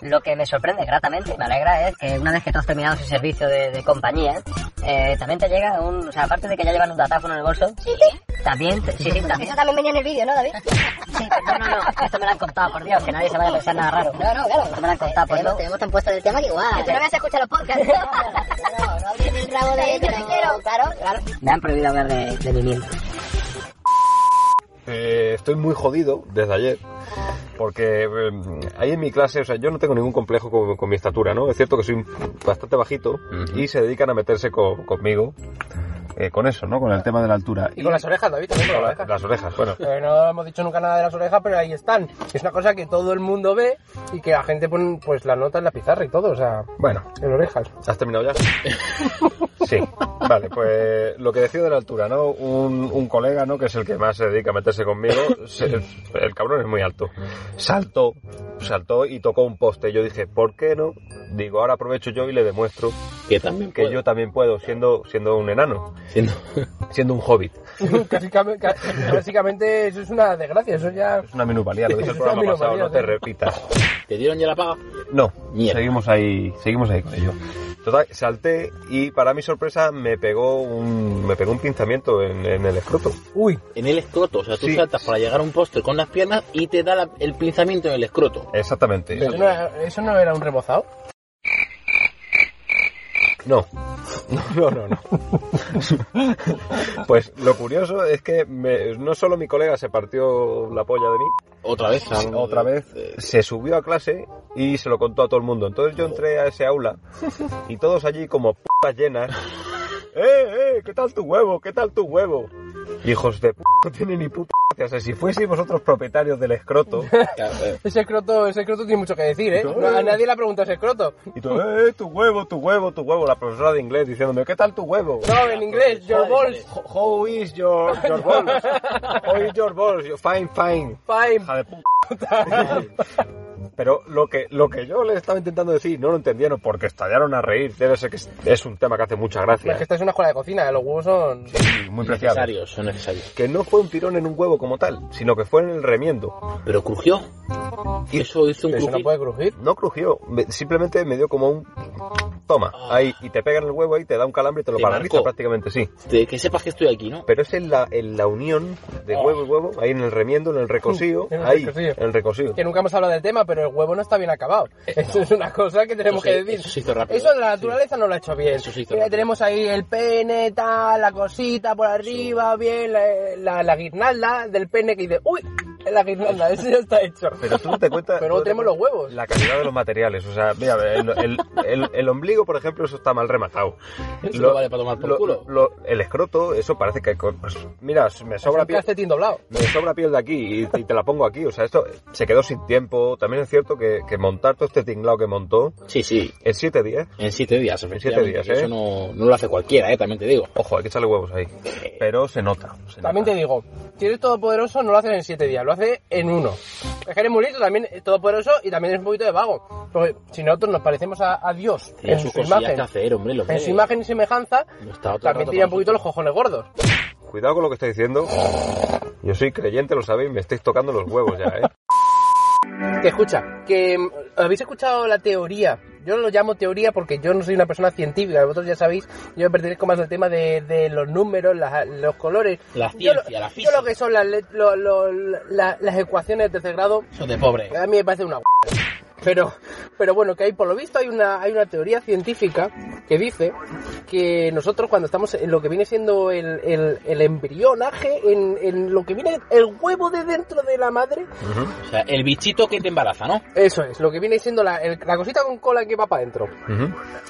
Lo que me sorprende gratamente, me alegra, es que una vez que tú has terminado su servicio de, de compañía, eh, también te llega un... O sea, aparte de que ya llevan un datáfono en el bolso, también... te- sí, sí, también. Eso también venía en el vídeo, ¿no, David? Sí, no, no, no, esto me lo han contado, por Dios, que nadie se vaya a pensar nada raro. No, no, claro. Esto me lo han contado, pues tenemos, no. tenemos tan puesto del tema que igual. Que tú no me has escuchado los podcasts. no, no, no abres el rabo de ellos. quiero. Claro, claro. Me han prohibido hablar de, de mi miembro. Eh, estoy muy jodido desde ayer. Porque eh, ahí en mi clase, o sea, yo no tengo ningún complejo con, con mi estatura, ¿no? Es cierto que soy bastante bajito y se dedican a meterse co- conmigo eh, con eso, ¿no? Con el tema de la altura. Y con las orejas, David, también con las orejas. las orejas, bueno. Eh, no hemos dicho nunca nada de las orejas, pero ahí están. Es una cosa que todo el mundo ve y que la gente pone pues la nota en la pizarra y todo, o sea, Bueno, en orejas. ¿has terminado ya? Sí. Vale, pues lo que decía de la altura, ¿no? Un, un colega, ¿no? Que es el que más se dedica a meterse conmigo. se- el cabrón es muy alto. Saltó, saltó y tocó un poste. Yo dije, ¿por qué no? Digo, ahora aprovecho yo y le demuestro Que también que yo también puedo, siendo, siendo un enano, Siendo... siendo un hobbit. Casi- ca- Básicamente eso es una desgracia, eso ya... Es una minusvalía, lo dije el Es programa una pasado, minusvalía, no te sí. repitas. ¿Te dieron ya la paga? No, Mierda. seguimos ahí, seguimos ahí con ello. Total, salté y para mi sorpresa me pegó un, me pegó un pinzamiento en, en el escroto. Uy, En el escroto. O sea, tú Sí. saltas para llegar a un poste con las piernas y te da la- el pinzamiento en el escroto. Exactamente. eso no, era- eso no era un remozado. No. No, no, no. pues lo curioso es que me- no solo mi colega se partió la polla de mí, Otra vez. a- otra vez eh, se subió a clase y se lo contó a todo el mundo. Entonces yo entré a ese aula y todos allí como putas llenas. ¡Eh, eh! ¿Qué tal tu huevo? ¿Qué tal tu huevo? Hijos de p no tiene ni puta gracia. O sea, si fueseis vosotros propietarios del escroto eh, Ese croto, ese croto tiene mucho que decir, ¿eh? No, a nadie le ha preguntado ese croto. y tú, ¡eh, tu huevo, tu huevo, tu huevo! La profesora de inglés diciéndome, ¿qué tal tu huevo? No, en inglés, your balls, Ho- How is your, your balls? How is your balls? Yo, Fine, fine. fine. Hija de puta. Pero lo que, lo que yo le estaba intentando decir, no lo entendieron porque estallaron a reír. Debe ser que es, es un tema que hace mucha Es gracia. que esta es una escuela de cocina, los huevos son... y muy preciado. necesarios, son necesarios. Que no fue un tirón en un huevo como tal, sino que fue en el remiendo. Pero crujió. Y- Eso hizo un Eso no crujir. puede crujir. No crujió, me- simplemente me dio como un... Toma, ahí, y te pegan el huevo ahí, te da un calambre y te lo Te paraliza marcó. prácticamente, sí. De que sepas que estoy aquí, ¿no? Pero es en la, en la unión de huevo y huevo, ahí en el remiendo, en el recosío, En el ahí, recosío. en el recosío. Que nunca hemos hablado del tema, pero el huevo no está bien acabado. Eso es una cosa que tenemos Eh, Eso se- que decir. eso se hizo rápido. Eso la naturaleza no lo ha hecho bien. Eso se hizo Mira, rápido. tenemos ahí el pene, tal, la cosita por arriba, bien, la, la, la guirnalda del pene que dice, uy, la guirnalda, eso ya está hecho. Pero tú te cuentas... Pero no tú te tenemos cuentas los huevos. La calidad de los materiales, o sea, mira, el, el- el- el ombligo, por ejemplo, eso está mal rematado. Eso no vale para tomar por lo- culo. lo- el escroto, eso parece que... co- pues, mira, me sobra Ahora piel... este tiendo doblado. Me sobra piel de aquí y, y te la pongo aquí, o sea, esto se quedó sin tiempo. También es cierto que, que montar todo este tinglao que montó Sí, sí. en siete días, En siete días, efectivamente. días, que ¿eh? Eso no, no lo hace cualquiera, ¿eh? También te digo. ojo, hay que echarle huevos ahí. Pero se nota. se También nota. te digo, si eres todopoderoso, no lo haces en siete días, lo haces en uno. Es que eres muy listo, también es todopoderoso y también eres un poquito de vago. Porque si nosotros nos parecemos a, a Dios Tiene en sus su cosillas imagen, que hacer, hombre. Lo en su imagen y semejanza, No está otro también rato tenía un con poquito los nosotros. cojones gordos. Cuidado con lo que estoy diciendo. Yo soy creyente, lo sabéis, me estáis tocando los huevos ya, ¿eh? Que escucha, que mm, habéis escuchado la teoría. Yo lo llamo teoría porque yo no soy una persona científica, vosotros ya sabéis, yo pertenezco más al tema de, de los números, las- los colores. La Yo lo- ciencia, la Yo física. lo que son las, let- lo- lo- la- las ecuaciones de tercer grado, Eso de pobre. a mí me parece una b****. pero pero bueno que hay por lo visto hay una hay una teoría científica que dice que nosotros cuando estamos en lo que viene siendo el, el- el embrionaje en, en lo que viene el huevo de dentro de la madre O sea, el bichito que te embaraza, ¿no? eso es lo que viene siendo la, el- la cosita con cola que va para adentro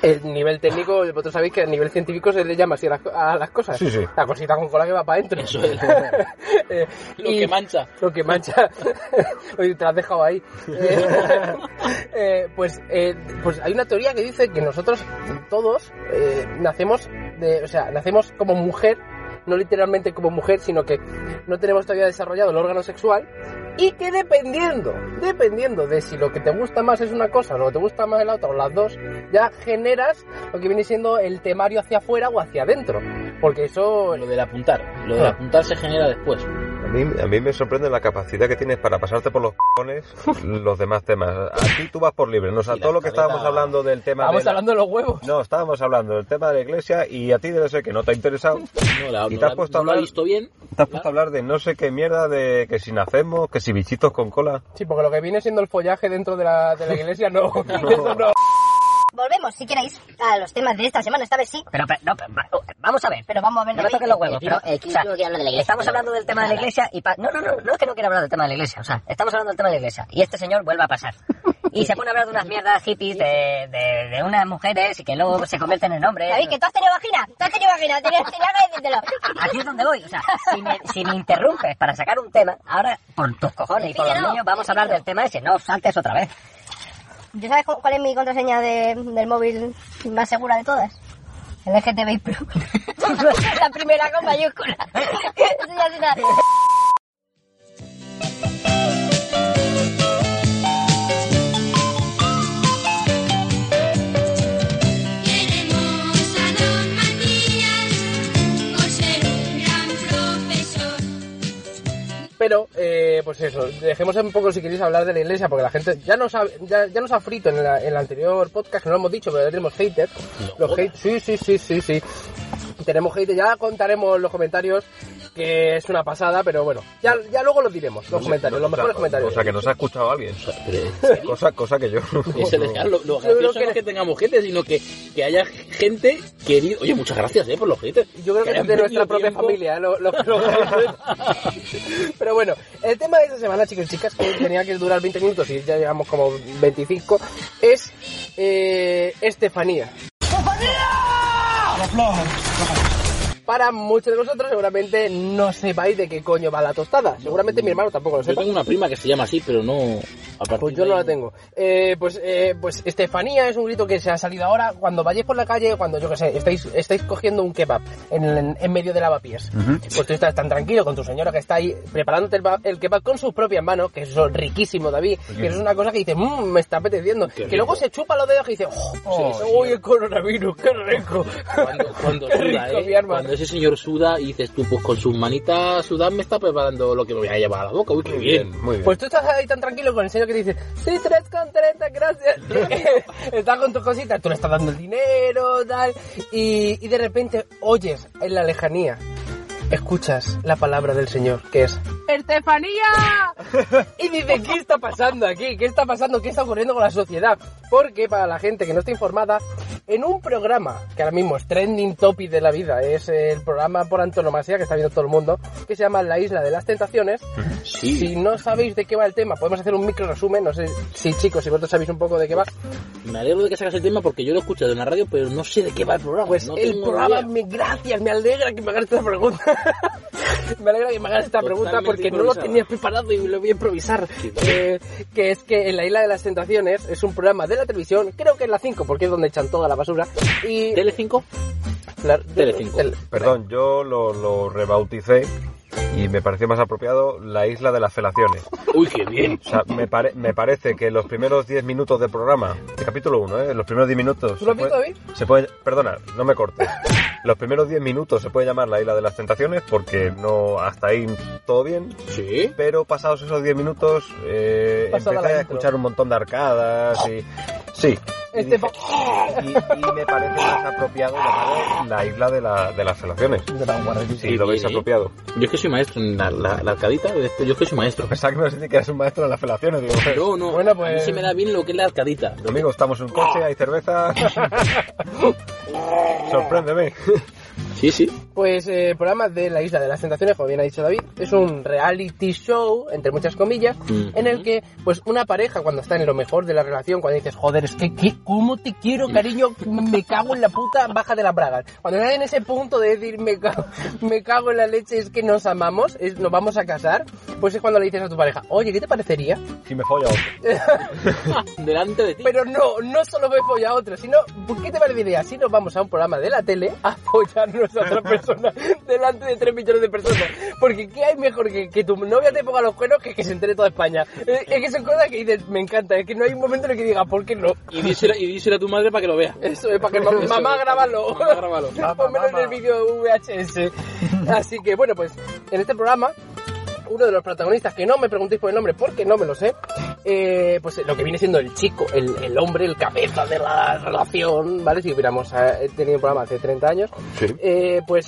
el nivel técnico vosotros sabéis que a nivel científico se le llama así a las, co- a las cosas Sí, sí. la cosita con cola que va para adentro Eso es. Eh, Lo y- que mancha. lo que mancha. Oye, te lo has dejado ahí. Eh, eh, pues, eh, pues hay una teoría que dice que nosotros todos eh, nacemos, de, o sea, nacemos como mujer, no literalmente como mujer, sino que no tenemos todavía desarrollado el órgano sexual y que dependiendo, dependiendo de si lo que te gusta más es una cosa o lo que te gusta más es la otra o las dos, ya generas lo que viene siendo el temario hacia afuera o hacia adentro. Porque eso... Lo del apuntar. Lo del Ah. apuntar se genera después. A mí, a mí me sorprende la capacidad que tienes para pasarte por los cojones los demás temas. Aquí tú vas por libre. Nos Y la todo lo que escaleta- estábamos hablando del tema Vamos de la- hablando de los huevos. No, estábamos hablando del tema de la iglesia y a ti debe ser que no te ha interesado. No, la, Y te no la- has puesto a no la hablar- he visto bien. Te has puesto a hablar de no sé qué mierda, de que si nacemos, que si bichitos con cola. Sí, porque lo que viene siendo el follaje dentro de la, de la iglesia no. Eso no. Volvemos, si queréis, a los temas de esta semana. Esta vez sí. Pero, pero, no, pero, va- vamos a ver, pero vamos a ver, no me Pero, toquen los huevos. pero, pero, eh, ¿quién o sea, tuvo que hablar de la iglesia? Estamos hablando del tema de la iglesia y... pa- no, no, no, no es que no quiera hablar del tema de la iglesia, o sea, estamos hablando del tema de la iglesia y este señor vuelve a pasar. Y se pone a hablar de unas mierdas hippies, de, de, de unas mujeres y que luego se convierten en hombres. David, que tú has tenido vagina. Tú has tenido vagina. Tenía, tenía que decírtelo. Aquí es donde voy, o sea, si me, si me interrumpes para sacar un tema, ahora por tus cojones y por los niños vamos a hablar del tema ese, no saltes otra vez. ¿Yo sabes cu- cuál es mi contraseña de- del móvil más segura de todas? LGTBI Plus. la primera con mayúscula. Eso ya es una- Queremos a Don Matías por ser un gran profesor. Pero, eh, pues eso, dejemos un poco si queréis hablar de la iglesia, porque la gente ya nos ha, ya, ya nos ha frito en, la- en el anterior podcast, que no lo hemos dicho, pero ya tenemos haters. Los hate, sí, sí, sí, sí, sí. Tenemos haters, ya contaremos los comentarios, que es una pasada, pero bueno, ya, ya luego los diremos, los comentarios, los O sea, mejores comentarios. O sea, que nos ha escuchado alguien. Pero- Cosa, cosa que yo. Ese de- claro, lo, lo creo gracioso que- no es que tengamos gente, sino que, que haya gente querida. Oye, muchas gracias eh, por los haters. Yo creo que, hayan es de nuestra perdido propia tiempo. familia. ¿eh? Lo- lo- lo- Pero bueno, el tema de esta semana, chicos y chicas, que tenía que durar 20 minutos y ya llevamos como 25, es eh, Estefanía. Para muchos de vosotros seguramente no sepáis de qué coño va la tostada. Seguramente mi hermano tampoco lo Pues Yo sepa. tengo una prima que se llama así, pero no. a partir Pues yo de no ahí- la tengo. Eh, pues, eh, pues Estefanía es un grito que se ha salido ahora. Cuando vayáis por la calle, cuando yo que sé, estáis, estáis cogiendo un kebab en, en- en medio de lavapiés. Pues tú estás tan tranquilo con tu señora que está ahí preparándote el, ba- el kebab con sus propias manos, que eso es riquísimo, David. Que eso es una cosa que dices, "Mm, me está apeteciendo. Qué que luego rico. se chupa los dedos y dice, ¡oh, uy, el coronavirus, qué rico! Cuando, cuando Qué suda, rico, eh, mi hermano. cuando ese señor suda y dices tú, pues con sus manitas sudan me está preparando lo que me voy a llevar a la boca. Uy, qué Muy bien. bien, muy bien. Pues tú estás ahí tan tranquilo con el señor que te dice, sí, tres con 30, gracias. estás con tus cositas, tú le estás dando el dinero, tal. Y, y de repente oyes en la lejanía, escuchas la palabra del señor, que es, ¡Estefanía! y dices, ¿qué está pasando aquí? ¿Qué está pasando? ¿Qué está ocurriendo con la sociedad? Porque para la gente que no está informada, en un programa que ahora mismo es trending topic de la vida, es el programa por antonomasia que está viendo todo el mundo, que se llama La Isla de las Tentaciones, si no sabéis de qué va el tema, podemos hacer un micro resumen. No sé si chicos, si vosotros sabéis un poco de qué va. Me alegro de que sacas el tema porque yo lo he escuchado en la radio, pero no sé de qué va el programa. Pues no el tengo programa, idea. me, gracias, me alegra que me hagas esta pregunta. me alegra que me hagas esta pregunta Totalmente porque no lo improvisada. tenía preparado y lo voy a improvisar. Eh, que es que en la Isla de las Tentaciones es un programa de la televisión, creo que es la 5 porque es donde echan toda la basura. Y. ¿Telecinco? claro, yo- Telecinco. tele- Perdón, yo lo, lo rebauticé y me pareció más apropiado la isla de las felaciones. Uy, qué bien. O sea, me, pare- me parece que los primeros 10 minutos del programa, el capítulo 1, ¿eh? los primeros 10 minutos. ¿Tú lo has se visto, puede- David? Se puede, perdona, no me cortes. Los primeros 10 minutos se puede llamar la isla de las tentaciones porque no hasta ahí todo bien. Sí. Pero pasados esos 10 minutos eh, Pasaba empecé la a intro. escuchar un montón de arcadas y... Sí. Y, Este dije- pa- y- y me parece más apropiado llamar la isla de, la- de las felaciones. Yo la guardo aquí. Si lo veis bien, ¿eh? apropiado. Yo es que soy maestro en la, la, la arcadita. de esto, Yo es que soy maestro. Pensaba que me ibas a decir que eres un maestro de las felaciones. Digo, No, pero, no. Pues Bueno, pues- A mí se me da bien lo que es la arcadita. amigo, estamos en un coche, hay cerveza. Sorpréndeme. Sí, sí. Pues eh, programa de la Isla de las Tentaciones, como bien ha dicho David, es un reality show, entre muchas comillas, Ujú. en el que pues una pareja cuando está en lo mejor de la relación, cuando dices, joder, es que ¿qué- ¿cómo te quiero, cariño? Me cago en la puta, baja de la braga. Cuando estás en ese punto de decir, me cago, me cago en la leche, es que nos amamos, es- nos vamos a casar, pues es cuando le dices a tu pareja, oye, ¿qué te parecería? Si me folla otro. Delante de ti. Pero no, no solo me voy a otro, sino, ¿qué te parecería si nos vamos a un programa de la tele a apoyarnos a otra persona delante de 3 millones de personas? Porque ¿qué hay mejor que que tu novia te ponga los cuernos que que se entere toda España? Eh, Es que son cosas que dices, me encanta, es que no hay un momento en el que digas, ¿por qué no? Y díselo, y díselo a tu madre para que lo vea. Eso es para que mam- mamá grábalo. Mamá, grábalo. Pónmelo en el vídeo VHS. Así que bueno, pues en este programa uno de los protagonistas, que no me preguntéis por el nombre porque no me lo sé, eh, pues lo que viene siendo el chico, el, el hombre, el cabeza de la relación, ¿vale? Si hubiéramos eh, tenido un programa hace 30 años, eh, pues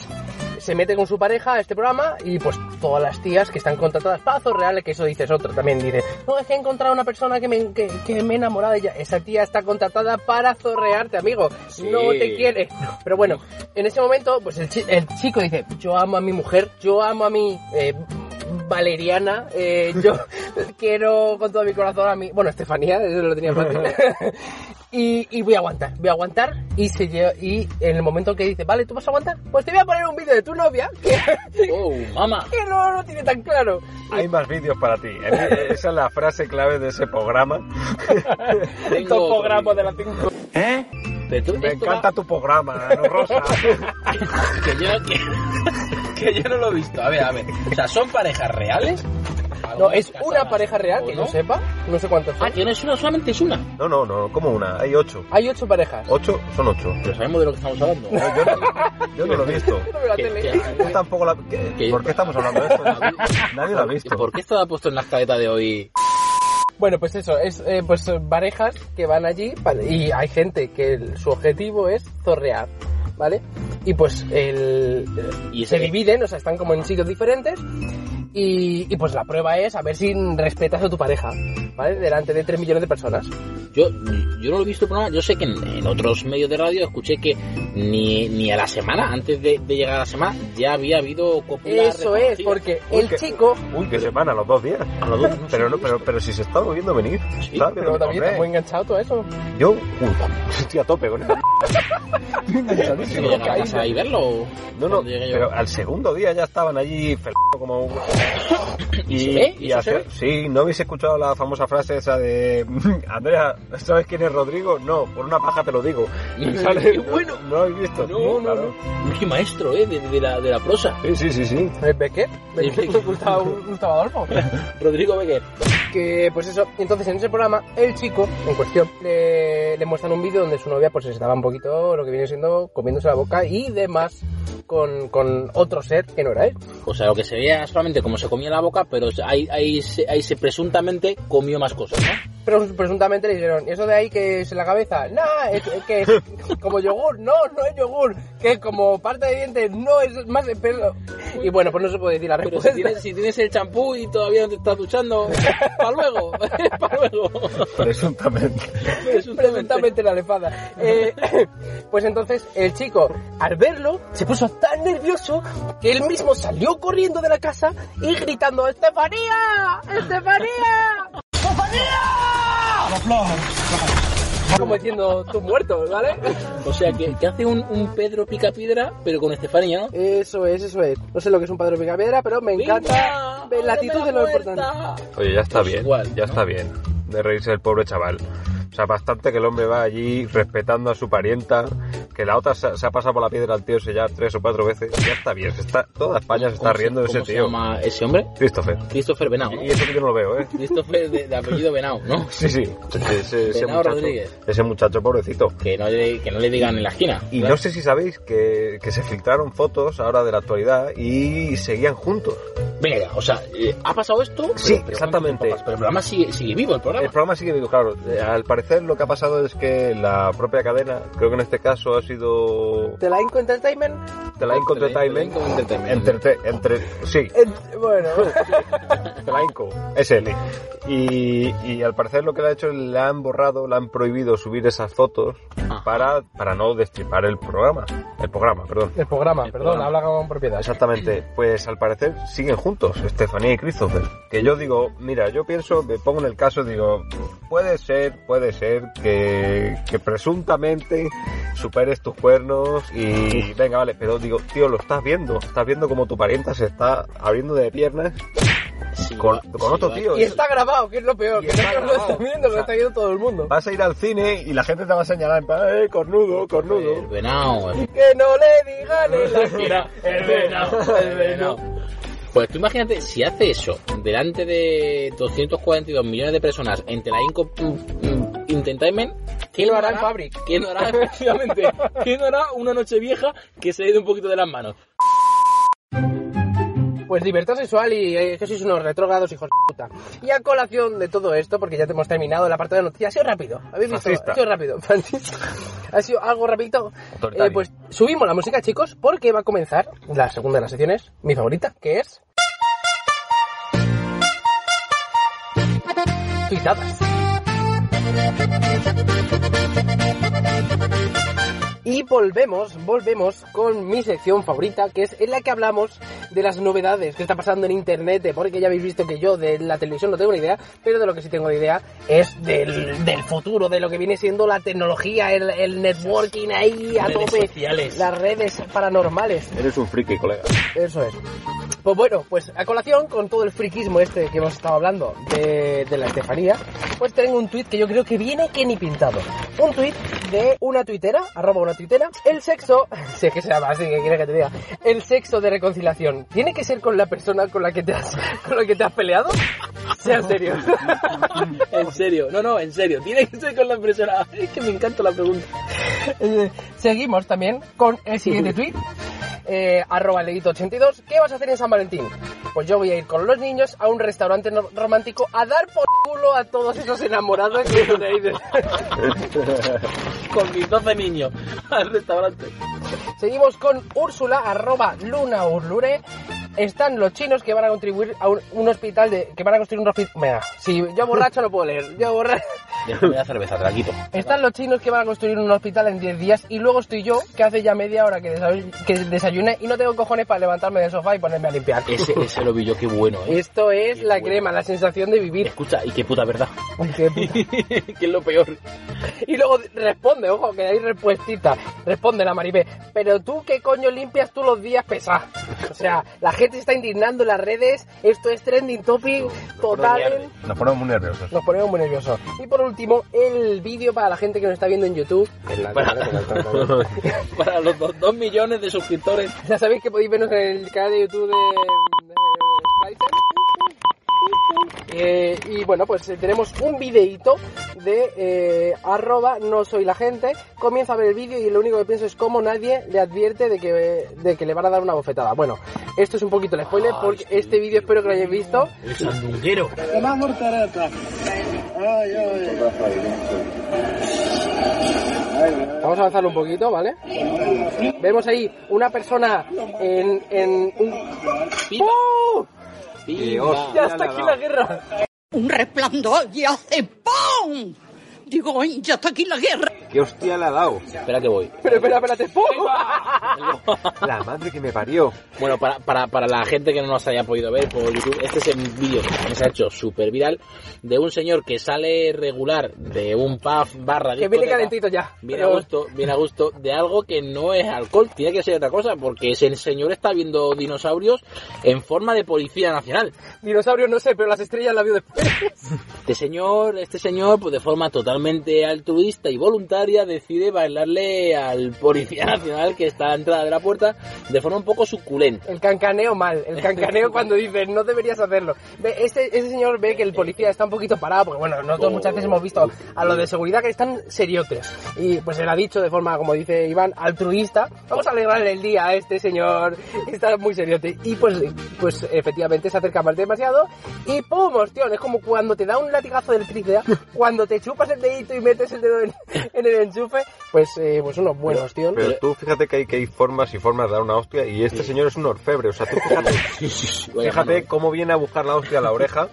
se mete con su pareja a este programa y pues todas las tías que están contratadas pazos reales, que eso dices otro, también dice, no, es que he encontrado una persona que me, que, que me he enamorado de ella, esa tía está contratada para zorrearte, amigo, no te quiere. Pero bueno, en ese momento, pues el, chi- el chico dice, yo amo a mi mujer, yo amo a mi... eh, Valeriana, eh, yo quiero con todo mi corazón a mi... Bueno, Estefanía, eso lo tenía fácil. y, y voy a aguantar, voy a aguantar. Y, se lle- y en el momento que dice, vale, ¿tú vas a aguantar? Pues te voy a poner un vídeo de tu novia, que, Oh, mamá. que no lo tiene tan claro. Hay más vídeos para ti. Esa es la frase clave de ese programa. Tengo Topogramo otro de la 5. ¿Eh? Pero tú- Me esto encanta va- tu programa, Rosa. que, yo, que, que yo no lo he visto. A ver, a ver. O sea, ¿son parejas reales? No, es una Casadas, pareja real, ¿o que no? yo sepa. No sé cuántos Ah, son. que no es una, solamente es una. No, no, no, como una, hay ocho. Hay ocho parejas. Ocho son ocho. Pero sabemos de lo que estamos hablando. ¿no? Yo no, yo no lo he visto. No veo la Que- tele. que- Tú tampoco la... ¿qué? ¿Qué? ¿Por qué estamos hablando de esto? Nadie lo ha visto. ¿Por qué esto lo ha puesto en la escaleta de hoy? Bueno, pues eso, es eh, pues son parejas que van allí para- y hay gente que el- su objetivo es zorrear, ¿vale? Y pues el, Y se ese- dividen, o sea, están como en sitios diferentes y, y pues la prueba es a ver si respetas a tu pareja, ¿vale? Delante de 3 millones de personas. Yo, yo no lo he visto, pero yo sé que en, en otros medios de radio escuché que ni, ni a la semana, antes de, de llegar a la semana, ya había habido copula Eso es, reconocida. porque Uy, el que- chico... Uy, qué semana, los dos días. A los dos, no Pero, sé, no, pero, esto. pero si se está volviendo a venir. Sí, ¿sabes? Pero también está muy Hombre, enganchado todo eso. Yo uy, estoy a tope con eso. Estoy ¿Se enganchadísimo. puede llegar a casa y verlo? o No, no, cuando llegue yo? pero al segundo día ya estaban allí fel- como... un- ¿Y se ve? ¿Y eso hace- se ve? Sí, ¿no habéis escuchado la famosa frase esa de... Andrea, ¿sabes quién es Rodrigo? No, por una paja te lo digo. ¡Qué bueno! No, lo habéis visto. No, no, Claro. no. Qué maestro, ¿eh? De, de la, de la prosa. Sí, sí, sí, sí. ¿Eh, ¿Beckett? ¿Beckett? Beckett. Gustavo, Gustavo Adolfo. Rodrigo Becker. que pues eso entonces en ese programa el chico en cuestión le, le muestran un vídeo donde su novia pues estaba un poquito lo que viene siendo comiéndose la boca y demás con, con otro set que no era él O sea, lo que se veía solamente como se comía la boca, pero ahí, ahí, se, ahí se presuntamente comió más cosas, ¿no? pero presuntamente le dijeron eso de ahí que es en la cabeza nah es, es que es como yogur no no es yogur que es como parte de dientes no es más de pelo y bueno pues no se puede decir la Pero si respuesta tienes, si tienes el champú y todavía no te estás duchando, para luego, para luego. Presuntamente. presuntamente la lefada. Eh, pues entonces el chico, al verlo, se puso tan nervioso que él mismo salió corriendo de la casa y gritando ¡Estefanía! ¡Estefanía! ¡Estefanía! Como diciendo, tú muerto, ¿vale? O sea, que, que hace un, un Pedro pica piedra, pero con Estefanía, ¿no? Eso es, eso es. No sé lo que es un padre picapiedra, pero me encanta ver la actitud de lo importante. Oye, ya está Pues bien, igual, ¿no? ya está bien de reírse del pobre chaval. O sea, bastante que el hombre va allí respetando a su parienta, que la otra se, se ha pasado por la piedra al tío ese ya tres o cuatro veces. Ya está bien, se está, toda España se está riendo de ese ¿Cómo se tío. llama ese hombre? Christopher. Christopher Venao, ¿no? Y eso que yo no lo veo, ¿eh? Christopher de, de apellido Venao, ¿no? Sí, sí. Ese, ese- ese Venao muchacho, Rodríguez. ese muchacho pobrecito. Que no, le, que no le digan en la esquina. Y Claro. no sé si sabéis que, que se filtraron fotos ahora de la actualidad y seguían juntos. Venga, ya, o sea, eh, ¿ha pasado esto? Pero- Sí, pero- exactamente. Pero el programa sigue, sigue vivo, el El programa. programa sigue vivo, claro. Eh, Al parecer lo que ha pasado es que la propia cadena, creo que en este caso ha sido ¿Te la Entertainment? Telainco Entertainment. Telainco Entertainment. Entre, entre, sí, Ent- bueno, Telainco, SL. Y, y al parecer lo que le ha hecho es le han borrado, le han prohibido subir esas fotos Ah. para, para no destripar el programa. El programa, perdón. el programa, El perdón, programa. habla con propiedad. Exactamente, pues al parecer siguen juntos, Estefanía y Christopher. Que yo digo, mira, yo pienso, me pongo en el caso, digo, puede ser, puede ser que, que presuntamente superes tus cuernos y venga, vale, pero digo, tío, lo estás viendo, estás viendo como tu parienta se está abriendo de piernas Sí, con, va- con sí, otro va- tío. Y está grabado, que es lo peor, Y que está no lo está grabado. viendo, lo está viendo todo el mundo. Vas a ir al cine y la gente te va a señalar, en plan, eh, cornudo, El cornudo. Venao, el Que no le digan en la Mira, el venado, el venado. Pues tú imagínate, si hace eso delante de 242 millones de personas entre la Inco Intentainment, mm, ¿quién lo hará en Fabric? ¿Quién lo hará, efectivamente? ¿Quién lo hará una noche vieja que se ha ido un poquito de las manos? Pues libertad sexual y eh, que sois unos retrógrados hijos de puta. Y a colación de todo esto, porque ya te hemos terminado la parte de noticias, ha sido rápido. ¿Habéis visto? Fascista. Ha sido rápido. Fascista. ha sido algo rapidito. Autoritario. Eh, pues subimos la música, chicos, porque va a comenzar la segunda de las secciones, mi favorita, que es... Tuitadas. Y volvemos, volvemos con mi sección favorita, que es en la que hablamos de las novedades que está pasando en internet, eh, porque ya habéis visto que yo de la televisión no tengo ni idea, pero de lo que sí tengo idea es del, del futuro, de lo que viene siendo la tecnología, el, el networking ahí a Redes tope, sociales. las redes paranormales. Eres un friki, colega. Eso es. Pues bueno, pues a colación con todo el friquismo este que hemos estado hablando de, de la Estefanía, pues tengo un tuit que yo creo que viene que ni pintado. un tuit de una tuitera, arroba una tuitera. El sexo, sé que sea más, así que quiere que te diga. El sexo de reconciliación, ¿tiene que ser con la persona con la que te has, con la que te has peleado? Sea en serio. En serio, no, no, en serio. Tiene que ser con la persona. Es que me encanta la pregunta. Eh, Seguimos también con el siguiente tweet. Eh, arroba leito82. ¿Qué vas a hacer en San Valentín? Pues yo voy a ir con los niños a un restaurante no- romántico a dar por culo a todos esos enamorados que tenéis. Con mis 12 niños al restaurante. Seguimos con Úrsula, arroba Luna Urlure. Están los chinos que van a contribuir a un, un hospital de. que van a construir un hospital. Si yo borracho no puedo leer. Yo borracho. Déjame la cerveza, te la quito. Están los chinos que van a construir un hospital en 10 días y luego estoy yo que hace ya media hora que desa- que desayuné y no tengo cojones para levantarme del sofá y ponerme a limpiar. Ese, ese lo vi yo, qué bueno, ¿eh? Esto es Qué la bueno. crema, la sensación de vivir. Escucha, y qué puta verdad. Ay, qué puta. que es lo peor. Y luego responde, ojo, que hay respuestita. Responde la Maribé. Pero tú, ¿qué coño limpias tú los días pesados? O sea, la gente se está indignando en las redes. Esto es trending topic total. Nos ponemos muy nerviosos. Nos ponemos muy nerviosos. Y por último, el vídeo para la gente que nos está viendo en YouTube. Para los dos, dos millones de suscriptores. Ya sabéis que podéis vernos en el canal de YouTube de... de Skype. Eh, y bueno, pues eh, tenemos un videíto de eh, arroba no soy la gente. Comienza a ver el vídeo y lo único que pienso es cómo nadie le advierte de que, de que le van a dar una bofetada. Bueno, esto es un poquito el spoiler porque este vídeo espero que lo hayáis visto. El sandunguero. Vamos a avanzarlo un poquito, ¿vale? Vemos ahí una persona en, en un... ¡Oh! ¡Ya está aquí la guerra! Un resplandor y hace ¡pum! Digo, "Ay, ya está aquí la guerra. ¿Qué hostia le ha dado? Espera que voy. Pero espera, espérate. ¡pum! La madre que me parió. Bueno, para, para, para la gente que no nos haya podido ver por YouTube, este es el vídeo que también se ha hecho súper viral de un señor que sale regular de un pub barra Que viene discoteca. calentito ya. Bien a Pero- gusto, bien a gusto, de algo que no es alcohol, tiene que ser otra cosa, porque ese señor está viendo dinosaurios en forma de policía nacional. Dinosaurios no sé, pero las estrellas la vio después. Este señor, este señor, pues de forma totalmente altruista y voluntaria, decide bailarle al policía nacional que está a la entrada de la puerta de forma un poco suculenta. El cancaneo mal, el cancaneo cuando dices no deberías hacerlo. Ve, Este, este señor ve que el policía está un poquito parado, porque bueno, nosotros muchas veces hemos visto a los de seguridad que están seriotes. Y pues él ha dicho de forma, como dice Iván, altruista, vamos a alegrarle el día a este señor, que está muy seriote. Y pues, pues efectivamente se acerca más demasiado y ¡pum! Ostión, es como cuando te da un latigazo de electricidad, cuando te chupas el dedito y metes el dedo en, en el enchufe, pues, eh, pues unos buenos, ostión. Pero tú fíjate que hay, que hay formas y formas de dar una hostia y este señor es un orfebre. O sea, tú Vaya fíjate, eh. fíjate cómo viene a buscar la hostia a la oreja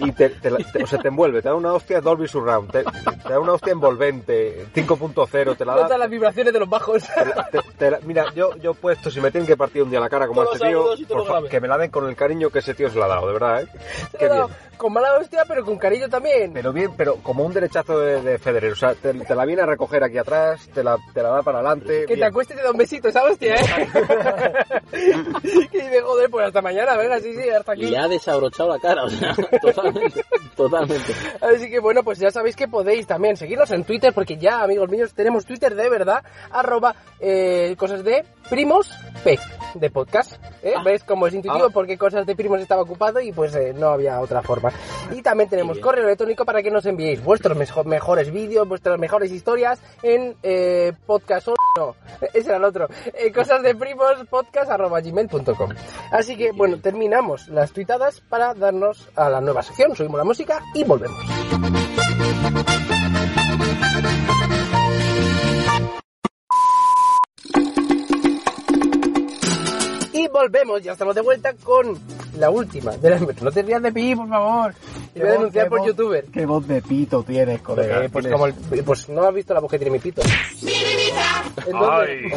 y te, te la- te- o sea, te envuelve. Te da una hostia Dolby Surround, te, te da una hostia envolvente, 5.0, te la da... Notas las vibraciones de los bajos. te la- te- te la- mira, yo, yo puesto, si me tienen que partir un día la cara como a Todos este tío, los saludos y todos por los fa- graves. que me la den con el cariño que ese tío se la ha dado, de verdad, ¿eh? Qué No, bien. Con mala hostia, pero con cariño también. Pero bien, pero como un derechazo de, de Federer. O sea, te, te la viene a recoger aquí atrás, te la, te la da para adelante. que te bien. acuestes y te da un besito, esa hostia, ¿eh? y dice, joder, pues hasta mañana, ¿verdad? Sí, sí, hasta aquí. Le ha desabrochado la cara, o sea, totalmente, totalmente. Así que bueno, pues ya sabéis que podéis también seguirnos en Twitter, porque ya, amigos míos, tenemos Twitter de verdad, arroba eh, cosas de primos P, de podcast. ¿eh? Ah. ¿Ves cómo es intuitivo? Ah. Porque cosas de primos estaba ocupado y pues eh, no había otra forma. Y también tenemos bien. correo electrónico para que nos enviéis vuestros mejo- mejores vídeos, vuestras mejores historias en eh, podcast. No, ese era el otro. Eh, cosas de primos podcast arroba gmail.com. Así que bueno, terminamos las tuitadas para darnos a la nueva sección. Subimos la música y volvemos. Y volvemos, ya estamos de vuelta con la última. de las- No te rías de pi, por favor. Te voy a denunciar por youtuber. Qué voz de pito tienes, colega. Eh, pues, como el- pues no has visto la voz que tiene mi pito. Entonces,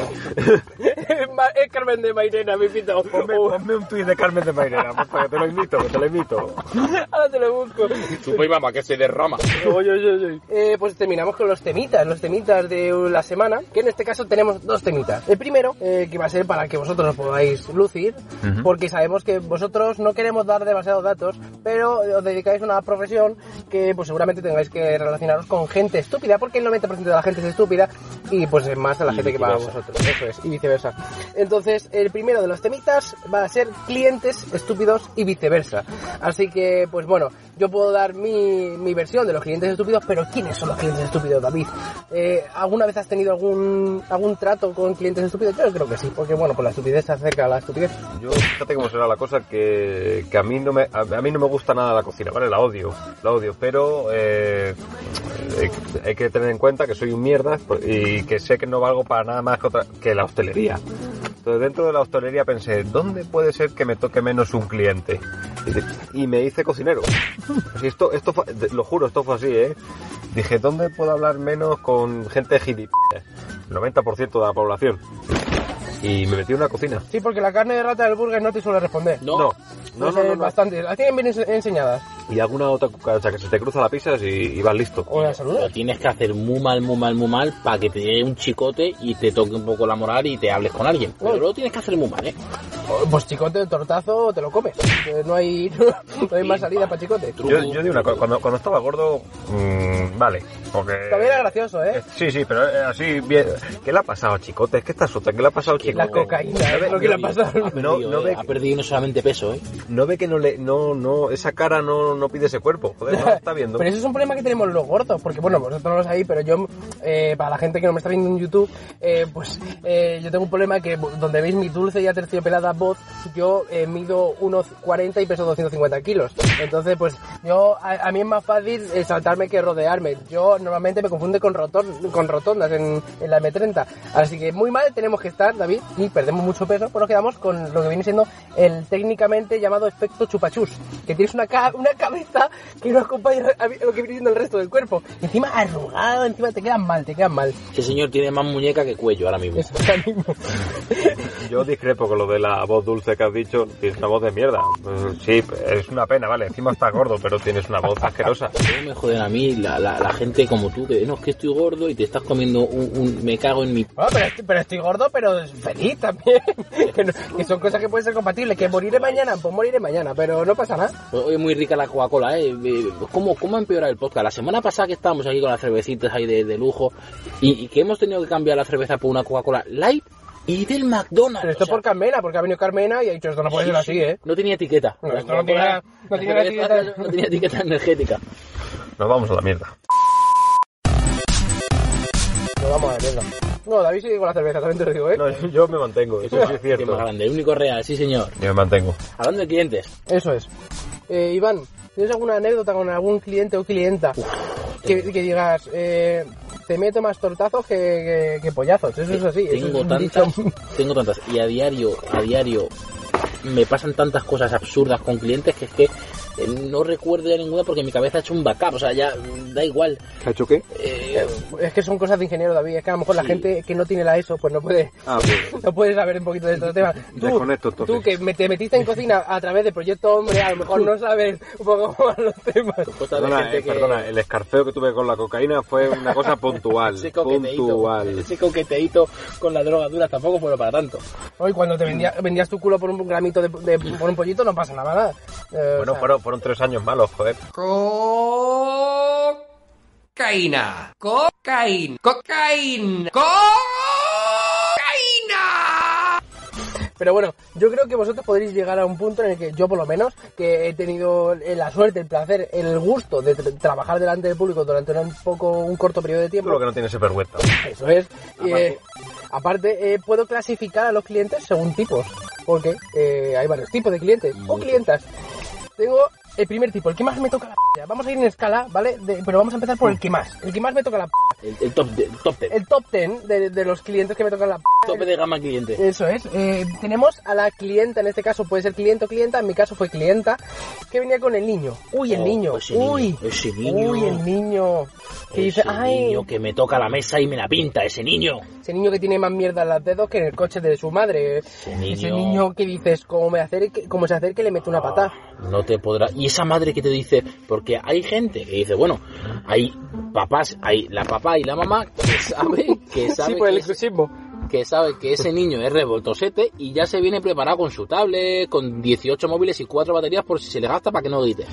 Ma- es Carmen de Mairena, me invito. Ponme, ponme un tuit de Carmen de Mairena, porfa, que te lo invito, que te lo invito. Ahora te lo busco. Chupa y mama, que se derrama. Oye, oye, oye. Eh, pues terminamos con los temitas, los temitas de la semana, que en este caso tenemos dos temitas. El primero, eh, que va a ser para que vosotros os podáis lucir, porque sabemos que vosotros no queremos dar demasiados datos, pero os dedicáis a una profesión que pues seguramente tengáis que relacionaros con gente estúpida, porque el 90% de la gente es estúpida y pues es más a la Y gente que va a viceversa. vosotros, eso es, y viceversa. Entonces, el primero de los temitas va a ser clientes estúpidos y viceversa. Así que, pues bueno, yo puedo dar mi, mi versión de los clientes estúpidos, pero ¿quiénes son los clientes estúpidos, David? Eh, ¿Alguna vez has tenido algún, algún trato con clientes estúpidos? Yo creo que sí, porque bueno, pues la estupidez se acerca a la estupidez. Yo, fíjate cómo será la cosa, que, que a, mí no me, a, a mí no me gusta nada la cocina, ¿vale? La odio, la odio, pero eh, hay, que- hay que tener en cuenta que soy un mierda y que sé que no valgo para nada más que, otra- que la hostelería. Entonces, dentro de la hostelería pensé, ¿dónde puede ser que me toque menos un cliente? Y dice- Y me hice cocinero. Así, esto, esto fue- te- lo juro, esto fue así, ¿eh? Dije, ¿dónde puedo hablar menos con gente gilipollas? 90% de la población. Y me metí en una cocina. Sí, porque la carne de rata del burger no Eh, te suele responder. Pues No. no, no, no, no, no. Bastante, las tienen bien ense- enseñadas. Y alguna otra cucaracha que se te cruza la pisas y, y vas listo. O la salud. Lo tienes que hacer muy mal, muy mal, muy mal para que te llegue un chicote y te toque un poco la moral y te hables con alguien. Pero lo tienes que hacer muy mal, ¿eh? Pues chicote, tortazo, te lo comes. Eh, No hay, no hay más salida para chicote. Yo, yo digo una cosa, cuando, cuando estaba gordo, mm, vale, porque... También era gracioso, ¿eh? Eh, Sí, sí, pero eh, así bien. ¿Qué le ha pasado, chicote? Es que está sota. ¿Qué le ha pasado, chicote? La cocaína, es lo que le ha pasado. Ha perdido, No, no eh, ve, ha perdido no solamente peso, ¿eh? no ve que no le, no, no, esa cara no, no pide ese cuerpo. Joder, no lo está viendo. Pero eso es un problema que tenemos los gordos, porque bueno, vosotros no lo sabéis, pero yo, eh, para la gente que no me está viendo en YouTube, eh, pues eh, yo tengo un problema que bu- donde veis mi dulce y aterciopelada voz, yo eh, mido unos 40 y peso 250 kilos. Entonces, pues yo, a, a mí es más fácil eh, saltarme que rodearme. Yo normalmente me confunde con, rotor- con rotondas en, en la M30. Así que muy mal tenemos que estar, David, y perdemos mucho peso, pues nos quedamos con lo que viene siendo el técnicamente llamado efecto chupachus, que tienes una, ca- una cabeza que no acompaña a lo que viene siendo el resto del cuerpo. Encima arrugado, encima te quedan mal, te quedan mal. Ese señor tiene más muñeca que cuello ahora mismo. Eso ahora mismo. Yo discrepo con lo de la voz dulce que has dicho. Tienes una voz de mierda. Eh, Sí, es una pena, vale. Encima estás gordo, pero tienes una voz asquerosa. ¿Cómo me joden a mí la, la- la gente como tú? Que no, es que estoy gordo y te estás comiendo un... un- me cago en mi... Bueno, Ah, pero, estoy, pero estoy gordo, pero feliz también. que, no- que son cosas que pueden ser compatibles. Que moriré mañana, pues moriré mañana, pero no pasa nada. Hoy es muy rica la Coca-Cola, ¿eh? Eh, ¿Cómo, ¿Cómo ha empeorado el podcast? La semana pasada que estábamos aquí con las cervecitas ahí de, de lujo y, y que hemos tenido que cambiar la cerveza por una Coca-Cola light y del McDonald's. Pero esto o sea, por Carmena, porque ha venido Carmena y ha dicho esto no puede ser así, ¿eh? No tenía etiqueta. No, La esto no tenía- Coca-Cola- no tenía la cerveza etiqueta. no tenía etiqueta energética. Nos vamos a la mierda. No vamos a la mierda. No, David sigue con la cerveza, también te lo digo, ¿eh? No, yo, yo me mantengo, eso sí es Qué más cierto. grande, el único real, sí señor. Yo me mantengo. Hablando de clientes, Eso es. Eh, Iván, ¿tienes alguna anécdota con algún cliente o clienta que, que digas, eh, te meto más tortazos que, que- que pollazos? Eso es así. eso es tengo un tantas, dicho. tengo tantas y a diario, a diario me pasan tantas cosas absurdas con clientes que es que eh, no recuerdo ya ninguna porque mi cabeza ha hecho un backup, o sea, ya mm, da igual. ¿Ha hecho qué? Eh, Es que son cosas de ingeniero, David. Es que a lo mejor la Sí. gente que no tiene la ESO, pues no puede, Ah, pues. no puede saber un poquito de estos temas. Desconecto, Tú, entonces. tú que me- te metiste en cocina a través de Proyecto Hombre, a lo mejor no sabes un poco más los temas. cosas de Perdona, gente eh, que- perdona, el escarceo que tuve con la cocaína fue una cosa puntual. ese coqueteíto, puntual. ese coqueteíto con la droga dura tampoco fue para tanto. Hoy cuando te vendía- vendías tu culo por un gramito de, de- por un pollito no pasa nada. nada. Eh, o Bueno, sea, fueron, fueron tres años malos, joder. Cocaína. Cocaína. Cocaína. Cocaína. Pero bueno, yo creo que vosotros podréis llegar a un punto en el que yo por lo menos, que he tenido eh, la suerte, el placer, el gusto de tra- trabajar delante del público durante un poco, un corto periodo de Tú tiempo, lo que no tienes es vergüenza. eso es, y, eh, aparte eh, puedo clasificar a los clientes según tipos, porque eh, hay varios tipos de clientes o clientas. Tengo el primer tipo, el que más me toca la p***. Vamos a ir en escala, ¿vale? De- pero vamos a empezar por el que más, el que más me toca la p***. El, el top, el top ten. El top 10 de, de los clientes que me tocan la p***. Tope de gama cliente. Eso es. Eh, tenemos a la clienta, en este caso puede ser cliente o clienta, en mi caso fue clienta, que venía con el niño. Uy, el Oh, niño. ese niño, Uy, ese niño. uy, el niño. Que Ese dice, ay, niño que me toca la mesa y me la pinta, ese niño. ese niño que tiene más mierda en los dedos que en el coche de su madre. Ese niño. que dices, como, me acerque, como se acerque, le meto una patada. No te podrá. Y esa madre que te dice, porque hay gente que dice, bueno, hay papás, hay la papá y la mamá que sabe que sabe sí, por que el es- exclusismo. que sabe que ese niño es revoltosete y ya se viene preparado con su tablet, con 18 móviles y cuatro baterías por si se le gasta para que no lo dite.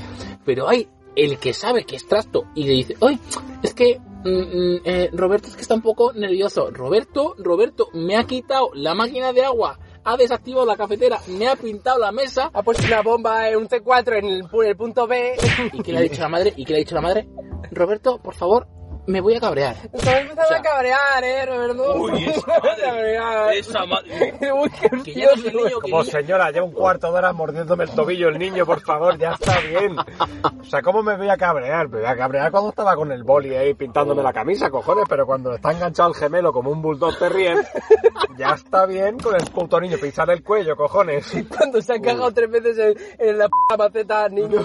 Pero hay el que sabe que es trasto y le dice, ¡ay! Es que mm, mm, eh, Roberto es que está un poco nervioso. Roberto, Roberto, me ha quitado la máquina de agua, ha desactivado la cafetera, me ha pintado la mesa. Ha puesto una bomba en un C4 en el, pu- el punto B. ¿Y qué le ha dicho la madre? ¿Y qué le ha dicho la madre? Roberto, por favor, me voy a cabrear. Se me ha empezado O sea, a cabrear, eh, Roberto. Uy, esa Me voy a cabrear. Esa madre. Uy, qué Que ya no es el hostia. niño que Como ni- señora, lleva un cuarto de hora mordiéndome el tobillo el niño, por favor, ya está bien. O sea, ¿cómo me voy a cabrear? Me voy a cabrear cuando estaba con el boli ahí pintándome la camisa, cojones, pero cuando está enganchado el gemelo como un bulldog terrier, ya está bien con el puto niño, pisar el cuello, cojones. cuando se han cagado tres veces en, en la p maceta niño.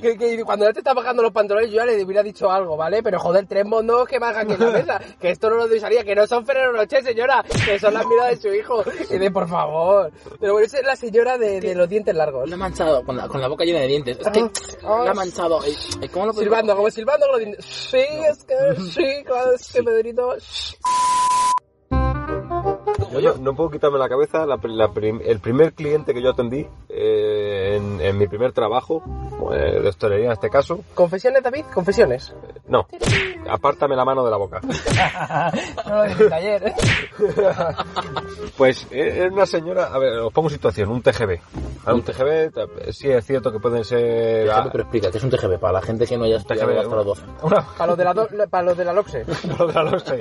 que, que cuando ya te está bajando los pantalones, yo ya le hubiera dicho algo, ¿vale? Pero joder, tres mondos que bajan en la mesa. Que esto no lo desearía, que no son Ferrero Rocher, señora. Que son las miradas de su hijo. Y de por favor. Pero bueno, esa es la señora de, de los dientes largos. La ha manchado con la, con la boca llena de dientes. Es que Ah, la ha manchado. Eh, eh, ¿Cómo lo puedo- Silbando, como silbando con los dientes. Sí, es que, sí, claro, es que Pedrito. Yo no, no puedo quitarme la cabeza la pri- la prim- el primer cliente que yo atendí eh, en, en mi primer trabajo, eh, de hostelería en este caso, Confesiones, David, confesiones. no, apártame la mano de la boca. No lo dije ayer. Pues eh, era una señora, a ver, os pongo situación, un TGB. A un TGB, ta- eh, sí es cierto que pueden ser... TGB, ah, pero explica, que es un TGB para la gente que no haya estudiado TGB, hasta las 12. una- Para los de la, do- para los de la Loxe. no, no lo sé.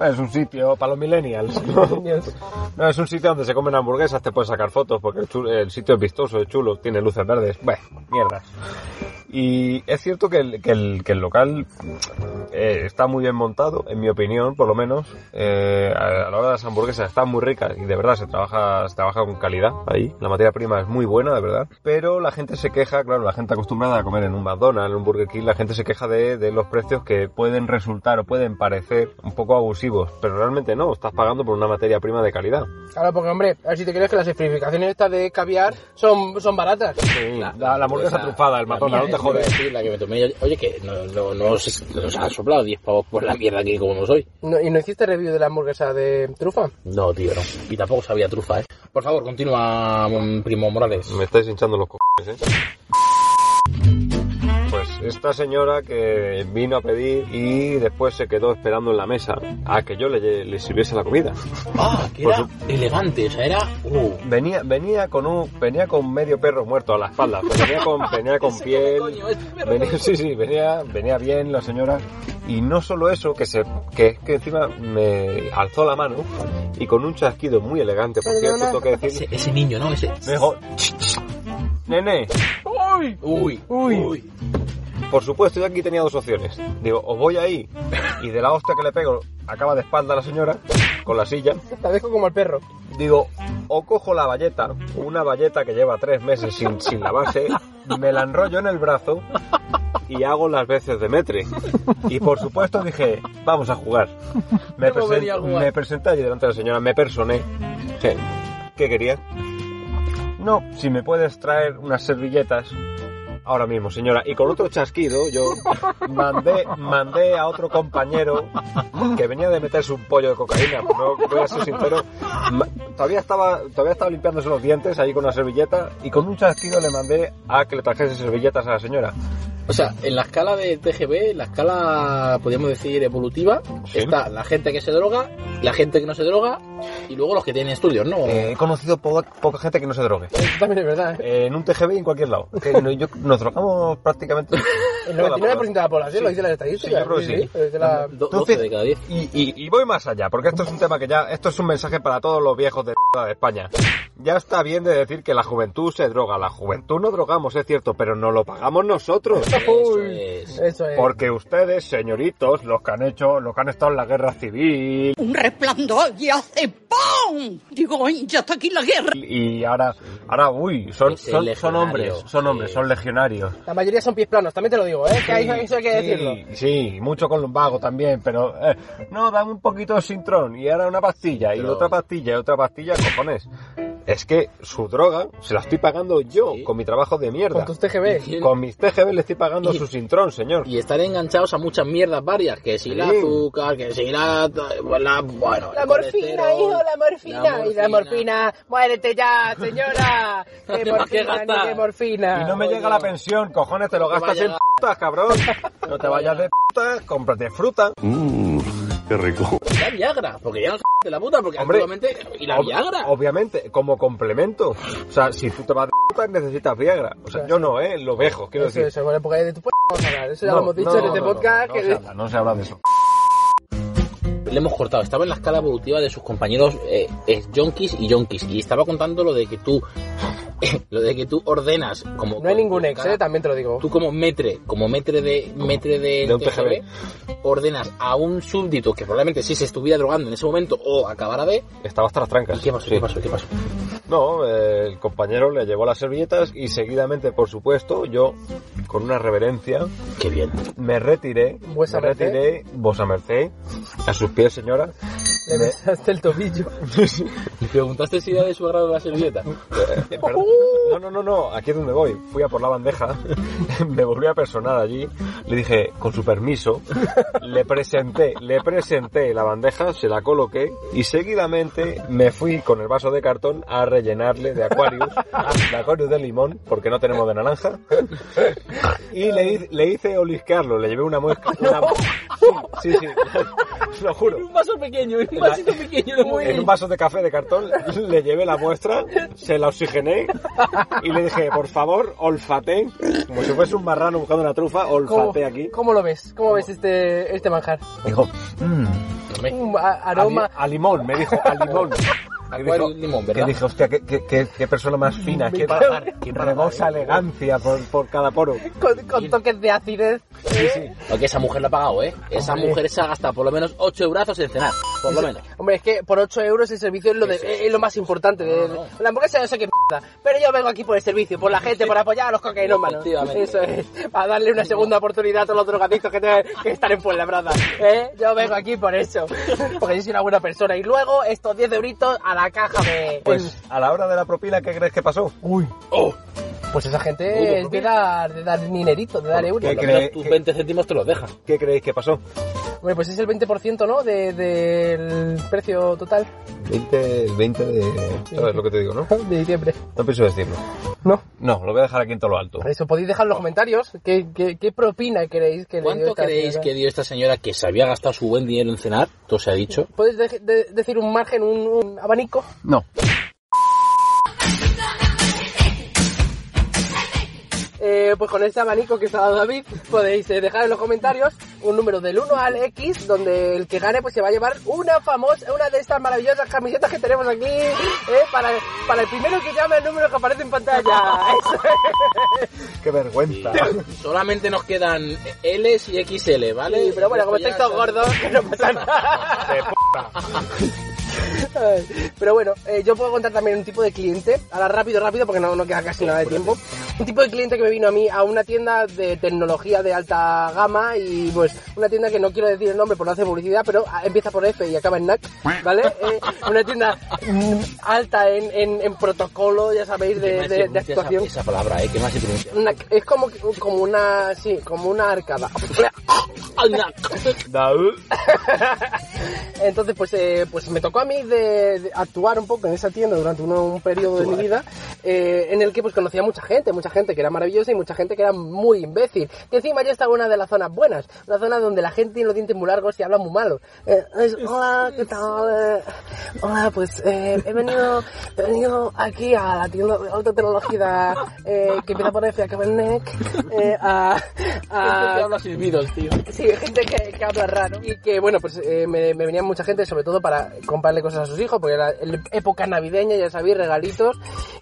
Es un sitio para los millennials. ¿no? No, es un sitio donde se comen hamburguesas, te puedes sacar fotos, porque el, chu- el sitio es vistoso, es chulo, tiene luces verdes, bueno, mierdas. Y es cierto que el, que el, que el local eh, está muy bien montado, en mi opinión, por lo menos. Eh, a, a la hora de las hamburguesas están muy ricas y de verdad se trabaja, se trabaja con calidad ahí. La materia prima es muy buena, de verdad. Pero la gente se queja, claro, la gente acostumbrada a comer en un McDonald's, en un Burger King, la gente se queja de, de los precios que pueden resultar o pueden parecer un poco abusivos, pero realmente no, estás pagando por una materia prima de calidad. Claro, porque hombre, a ver si te crees que las especificaciones estas de caviar son, son baratas. la, la hamburguesa trufada, el matón, mía, no te eh, jodes. sí, la que me tomé. yo. Oye, que no, no, no os, nos ha soplado 10 pavos por la mierda que comemos hoy. No- ¿Y no hiciste review de la hamburguesa de trufa? No, tío, no. Y tampoco sabía trufa, ¿eh? Por favor, continúa, mm, primo Morales. Me estáis hinchando los cojones, ¿eh? Pues esta señora que vino a pedir y después se quedó esperando en la mesa a que yo le, le sirviese la comida. Ah, que Por era elegante, o sea, era... Uh, Venía, venía con un, venía con medio perro muerto a la espalda, pero venía con, venía con piel, coño, ese perro venía, sí, sí, venía, venía bien la señora y no solo eso, que se, que es que encima me alzó la mano y con un chasquido muy elegante, por cierto, tengo que decir, ese, ese niño, ¿no? Ese... me dijo, "Ch, ch, nene, Uy, Uy. uy, Por supuesto, yo aquí tenía dos opciones. Digo, os voy ahí y de la hostia que le pego acaba de espalda la señora con la silla. La dejo como el perro. Digo, o cojo la valleta, una valleta que lleva tres meses sin, sin lavarse, me la enrollo en el brazo y hago las veces de metre. Y por supuesto dije, vamos a jugar. Me, Yo volvería presen- a jugar. me presenté allí delante de la señora, me personé. Dije, ¿Qué quería? No, si me puedes traer unas servilletas. Ahora mismo, señora. Y con otro chasquido, yo mandé, mandé a otro compañero que venía de meterse un pollo de cocaína. No voy a ser sincero. ma- Todavía estaba, todavía estaba limpiándose los dientes ahí con una servilleta y con un chasquido le mandé a que le trajese servilletas a la señora. O sea, en la escala de TGB, en la escala, podríamos decir, evolutiva, Sí. está la gente que se droga, la gente que no se droga, y luego los que tienen estudios, ¿no? Eh, he conocido po- poca gente que no se drogue. Eso también es verdad. ¿eh? Eh, en un TGB y en cualquier lado. Que no- yo- nos drogamos prácticamente. El toda la 99% de la población, lo dice las Sí, estadísticas. yo creo que sí. es de la- Do- 12 Entonces- de cada 10. Y, y- y voy más allá, porque esto es un tema que ya, esto es un mensaje para todos los viejos de, mierda de España. Ya está bien de decir que la juventud se droga, la juventud no drogamos, es cierto, pero nos lo pagamos nosotros. Eso Uy. es. Eso es. Porque ustedes, señoritos, los que han hecho, los que han estado en la guerra civil, Un resplandor y hace ¡pum! ¡Pum! Digo, "Oye, ya está aquí la guerra. Y ahora, ahora uy, son, Ese son, son legionario, hombres, son hombres, son legionarios. La mayoría son pies planos, también te lo digo, ¿eh? Que hay- eso hay que sí, decirlo. Sí, mucho con lumbago también, pero eh, no, dame un poquito de sintrón y ahora una pastilla y Sintrón. otra pastilla y otra pastilla, cojones. Es que su droga se la estoy pagando yo Sí. con mi trabajo de Con mierda. tus TGB. Con mis TGB le estoy pagando Y- su sintrón, señor. Y estar enganchados a muchas mierdas varias, que si la Sí. azúcar, que si la... la- bueno, La el morfina, colesterol, hijo, la morfina. Y la morfina, muérete ya, señora. Que Que va a morfina, ni gastar. que morfina. Y no me llega la pensión, cojones, te lo No te gastas va a en llegar. putas, cabrón. No te vayas de putas, cómprate fruta. La Viagra, porque ya no se de la puta, porque Hombre, actualmente... Y la Ob- Viagra. Obviamente, como complemento. O sea, si tú te vas de putas, necesitas Viagra. O sea, yo no, ¿eh? Los viejos, quiero Eso, decir. eso, bueno, porque de tu p... vamos a hablar. Eso ya lo hemos dicho en este no, podcast. no, que... no se habla, no se habla de eso. Le hemos cortado, estaba en la escala evolutiva de sus compañeros eh, es yonkis y yonkis, y estaba contando lo de que tú... lo de que tú ordenas como... No hay ningún ex, cada- ¿eh? También te lo digo. Tú como metre, como metre de metre de, De un TGB, ordenas a un súbdito que probablemente sí se estuviera drogando en ese momento o acabara de... Estaba hasta las ¿Y trancas. qué pasó? Sí. ¿Qué pasó? ¿Qué pasó? No, eh, el compañero le llevó las servilletas y seguidamente, por supuesto, yo, con una reverencia, Qué bien. me retiré. Vuesa me merced. retiré, vosa merced, a sus pies, señora. Le Me- besaste el tobillo. ¿Le preguntaste si era de su grado la servilleta? Eh, perdón. No, no, no, no, aquí es donde voy. Fui a por la bandeja, me volví a personar allí, le dije, con su permiso, le presenté, le presenté la bandeja, se la coloqué y seguidamente me fui con el vaso de cartón a rellenarle de Aquarius, de Aquarius de limón, porque no tenemos de naranja, y le, hi- le hice oliscarlo, le llevé una muesca. Una... Sí, sí, sí, lo juro. Un vaso pequeño, un La- vasito pequeño. lo En un vaso de café de cartón le llevé la muestra, se la oxigené y le dije, por favor, olfate, como si fuese un marrano buscando una trufa, ¿Cómo, olfate aquí. ¿Cómo lo ves? ¿Cómo ves este, este manjar? Dijo, "Mm, Un a- a aroma. li- A, limón, me dijo, a limón. Que Acuario y limón, ¿verdad? que dije, hostia, qué, qué- qué- qué persona más fina, qué, paladar, qué paladar, hermosa eh. elegancia por, por cada poro. Con, con toques de acidez. Sí, sí. Porque esa mujer la ha pagado, ¿eh? Esa Hombre. mujer se ha gastado por lo menos 8 brazos en cenar. Por lo menos. Hombre, es que por 8 euros el servicio es lo, de- es lo más importante. de- No, no. La hamburguesa no sé qué mierda. Pero yo vengo aquí por el servicio, por la gente, por apoyar a los cocainómanos. Efectivamente. Eso es. Para darle una segunda oportunidad a todos los drogadictos que, te- que están en Fuenlabrada. ¿Eh? Yo vengo aquí por eso. Porque yo soy una buena persona. Y luego estos 10 euritos a la caja de... Pues a la hora de la propina, ¿qué crees que pasó? Uy, Pues esa gente es de dar, de dar dinerito, de dar euros. ¿Qué Por lo cree- menos tus qué- 20 céntimos te los dejas. ¿qué creéis que pasó? Hombre, pues es el 20%, ¿no? De- Del precio total 20, el 20 de... ¿Sabes lo que te digo, no? de diciembre. No pienso decirlo. ¿No? No, lo voy a dejar aquí en todo lo alto. Eso, podéis dejar en los comentarios qué, qué, qué propina queréis que le dio ¿Cuánto esta creéis señora? que dio esta señora que se había gastado su buen dinero en cenar? ¿Todo se ha dicho? ¿Puedes de- de- decir un margen, un, un abanico? No. Eh, pues con este abanico que está dado David, podéis eh, dejar en los comentarios un número del 1 al X, donde el que gane pues se va a llevar una famosa, una de estas maravillosas camisetas que tenemos aquí, eh, para, para el primero que llame el número que aparece en pantalla. Eso es. ¡Qué vergüenza! Solamente nos quedan Ls y XL, ¿vale? Sí, pero bueno, como Esto ya estáis todos son- gordos, que no pasa nada. Ay, Pero bueno, eh, yo puedo contar también un tipo de cliente, ahora rápido, rápido, porque no, no queda casi nada de tiempo. Un tipo de cliente que me vino a mí a una tienda de tecnología de alta gama y pues una tienda que no quiero decir el nombre por no hacer publicidad, pero ah, empieza por F y acaba en NAC, ¿vale? Eh, una tienda mm, alta en, en- en protocolo, ya sabéis, ¿Qué de, más se de- de pronuncia esa- actuación. Esa, palabra, ¿eh? ¿Qué más se pronuncia? NAC, es como, como una, sí, como una arcada. Daú. Entonces, pues, eh, pues me tocó a mí de, de actuar un poco en esa tienda durante un, un periodo de mi vida eh, en el que pues conocía mucha gente, mucha gente que era maravillosa y mucha gente que era muy imbécil. Que encima yo estaba en una de las zonas buenas, una zona donde la gente tiene los dientes muy largos y habla muy malo. Eh, es, hola, ¿qué tal? Eh, hola, pues eh, he venido he venido aquí a la tienda de alta tecnología eh, que empieza por F, acaba en NEC, eh, a- Siempre a habla silbido el tío. Sí, gente que, que habla raro. Y que, bueno, pues eh, me, me venía mucha gente, sobre todo para comprarle cosas a sus hijos, porque era el- época navideña, ya sabéis, regalitos.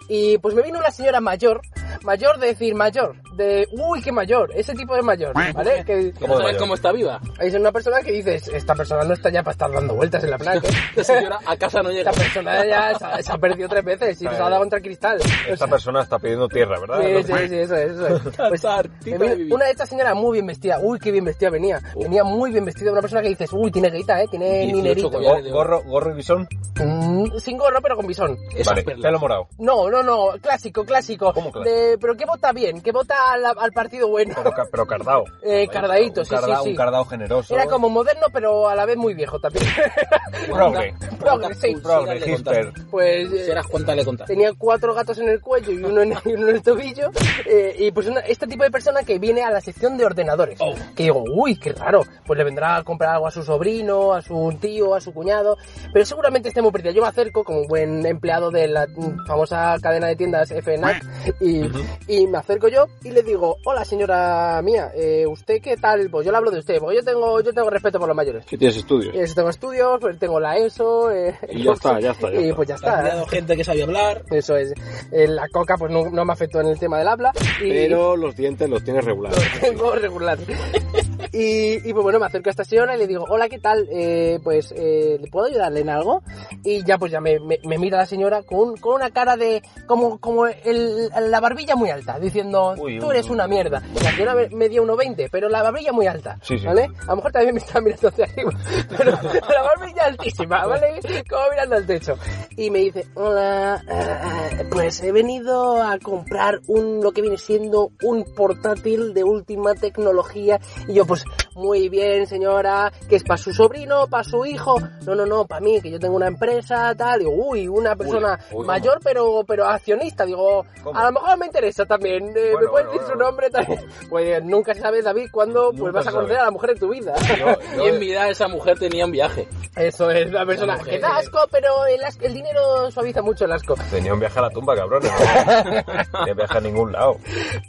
Y pues me vino una señora mayor, mayor de decir mayor, de, uy, qué mayor, ese tipo de mayor, ¿vale? Que, ¿Cómo sabes cómo está viva? es una persona que dices, esta persona no está ya para estar dando vueltas en la playa. ¿eh? Esta señora a casa no llega. Esta persona ya se ha, se ha perdido tres veces y se ha dado contra el cristal. O Esta persona está pidiendo tierra, ¿verdad? Sí, sí, sí, eso es, eso es. Pues, Tartita de eh, mira, vivir. una de estas señoras muy bien vestida, uy, qué bien vestida venía. Oh. Venía muy bien vestida, una persona que dices, uy, tiene guita, eh, tiene 18 dinerito. collares. Go- gorro, gorro y bisón. Mm, sin gorro, pero con bisón. Esas Vale, perlas. pelo morado. No, no, no, clásico, clásico. ¿Cómo clásico? De- pero que vota bien, que vota al, al partido bueno. Pero, ca- pero cardao. Eh, cardaíto, Un sí, cardao- sí, Un ¿eh? sí. cardao generoso. Era como moderno, pero a la vez muy viejo también. Progre. Progre, sí. Progre, Sí, dale, hipster. Pues eh, Serás cuánta le contaste. tenía cuatro gatos en el cuello y uno en, y uno en el tobillo. eh, y pues una- este tipo de persona que viene a la sección de ordenadores. Oh. Que digo, uy, qué raro. Pues le vendrá a comprar algo a su sobrino, a su tío, a su cuñado. Pero seguramente esté muy perdida. Yo me acerco como buen empleado de la mm, famosa cadena de tiendas FNAC y, y me acerco yo y le digo, hola señora mía, eh, ¿usted qué tal? Pues yo le hablo de usted, porque yo tengo, yo tengo respeto por los mayores. Que tienes estudios. Eh, tengo estudios, pues tengo la ESO. eh, Y ya está, ya está, ya y está. pues ya Has está. mirado gente que sabía hablar, Eso es. Eh, la coca, pues no, no me afectó en el tema del habla. Y Pero los dientes los tienes regulares. Tengo regular. Y, y, pues bueno, me acerco a esta señora y le digo, hola, ¿qué tal? Eh, pues, eh, ¿le puedo ayudarle en algo? Y ya, pues ya me, me- me mira la señora con, con una cara de, como, como el- la barbilla muy alta, diciendo, Uy, tú uy, eres uy. una mierda. La señora me- me dio 1,20, pero la barbilla muy alta, Sí, sí. ¿vale? A lo mejor también me está mirando hacia arriba, pero la barbilla altísima, ¿vale? Como mirando al techo. Y me dice, hola, eh, pues he venido a comprar un, lo que viene siendo un portátil de última tecnología. Y yo, pues, muy bien, señora, que es para su sobrino, para su hijo. No, no, no, para mí, que yo tengo una empresa, tal. Digo, uy, una persona uy, ¿cómo? mayor, pero, pero accionista. Digo, ¿Cómo? a lo mejor me interesa también. eh, ¿Me puedes Bueno, bueno, decir su bueno. nombre también? Pues nunca sabes, David, cuándo pues, Nunca vas a conocer sabes. a la mujer de tu vida. y en mi edad esa mujer tenía un viaje. Eso es, la persona mujer. que da asco, pero el, as- el dinero suaviza mucho el asco. Tenía un viaje a la tumba, cabrón. No tenía viaje a ningún lado.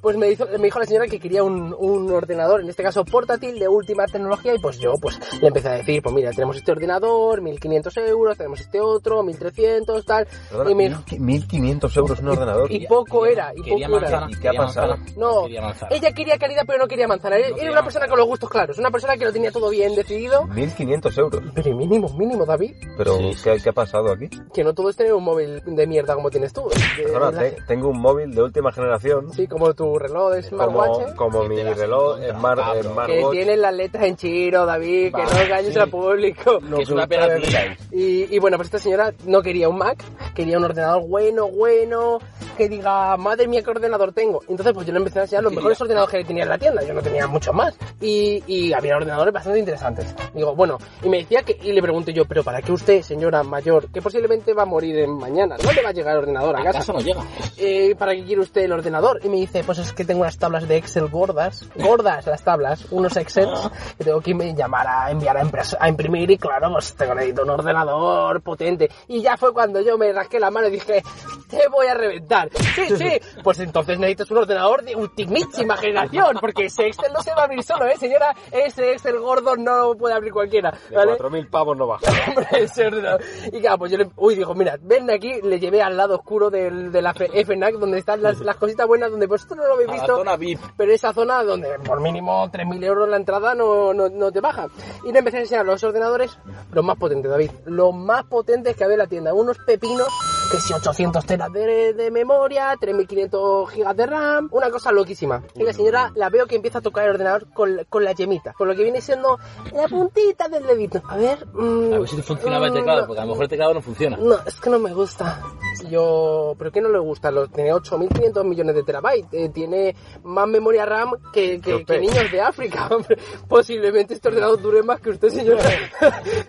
Pues me, hizo- me dijo la señora que quería un, un ordenador, en este caso portátil, de última tecnología, y pues yo pues le empecé a decir, pues mira, tenemos este ordenador, 1500 euros, tenemos este otro, 1300, tal, Perdona, y me dijo- 1.500 euros un ordenador. y poco Quería- era, y quería poco era. manzana. ¿Y qué ha quería pasado? manzana, No, quería manzana. ella quería calidad pero no quería manzana, era, era quería una persona manzana. con los gustos claros, una persona que lo tenía todo bien decidido, 1.500 euros. pero mínimo, mínimo, David, Pero, Sí, ¿qué, qué ha pasado aquí? que no todo es tener un móvil de mierda como tienes tú. Eh, Perdona, la- te- tengo un móvil de última generación. Sí, como tu reloj de smartwatch. ¿eh? Como, como mi Que te las reloj encuentras, Smart, cabrro. Que Smartwatch. tiene las letras en chino, David, Vale, que no engañes sí. al público. Que es una pegatina. Y, y bueno, pues esta señora no quería un Mac, quería un ordenador bueno, bueno, que diga, madre mía, qué ordenador tengo. Entonces, pues yo le empecé a enseñar los Quería. mejores ordenadores que tenía en la tienda, yo no tenía muchos más. Y, y había ordenadores bastante interesantes. Digo, bueno, y me decía que, y le pregunté yo, pero ¿para qué usted, señora mayor, que posiblemente va a morir en mañana, no le va a llegar el ordenador a A casa? casa no llega. eh, ¿para qué quiere usted el ordenador? Y me dice, pues es que tengo unas tablas de Excel gordas, gordas las tablas, unos Excels, que tengo que me llamar a enviar a, impres- a imprimir y claro, pues tengo necesito un ordenador potente. Y ya fue cuando yo me rasqué la mano y dije, te voy a reventar. Sí, sí, pues entonces necesitas un ordenador de ultimísima generación, porque ese Excel no se va a abrir solo, ¿eh, señora? Ese Excel gordo no lo puede abrir cualquiera, De ¿vale? 4.000 pavos no baja. Hombre, ese ordenador. Y claro, pues yo le... Uy, dijo, mira, ven aquí, le llevé al lado oscuro del, de la F- FNAC, donde están las, las cositas buenas, donde vosotros no lo habéis A la visto. zona VIP. Pero esa zona donde por mínimo 3.000 euros la entrada no, no, no te baja. Y le empecé a enseñar los ordenadores, los más potentes, David. Los más potentes que había en la tienda. Unos pepinos, que si 800 teras de, de memoria, 3.500 gigas de RAM, una cosa loquísima. Y la señora la veo que empieza a tocar el ordenador con, con la yemita, con lo que viene siendo la puntita del dedito. A ver... mm, A ver si te funcionaba el mm, teclado, no. porque a lo mejor el teclado no funciona. No, es que no me gusta. Y Yo, ¿pero qué no le gusta? Lo, tiene 8.500 millones de terabytes. eh, tiene más memoria RAM que, que- Que usted. que niños de África. hombre. Posiblemente este ordenador dure más que usted, señora.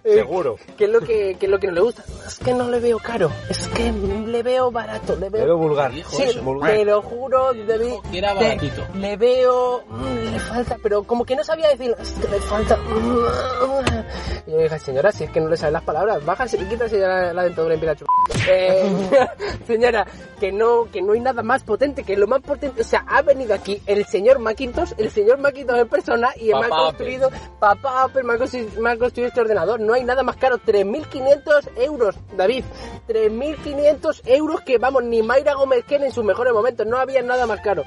Eh, Seguro. ¿Qué es, lo que, ¿Qué es lo que no le gusta? Es que no le veo caro. Es que le veo barato. Le Pero veo... vulgar. Sí, te lo juro, David. que era te- baratito. le veo... mm, Le falta... Pero como que no sabía decir... Es que le falta... mm". Y yo dije, señora, si es que no le saben las palabras, bájase y quítase ya la, la dentadura y empieza a chupar. Eh, señora, que no, que no hay nada más potente, que lo más potente, o sea, ha venido aquí el señor Macintosh, el señor Macintosh en persona y me ha Papá construido, papá Apple, me ha, construido, me ha construido este ordenador, no hay nada más caro, 3.500 euros, David, 3.500 euros que vamos, ni Mayra Gómez que en sus mejores momentos, no había nada más caro.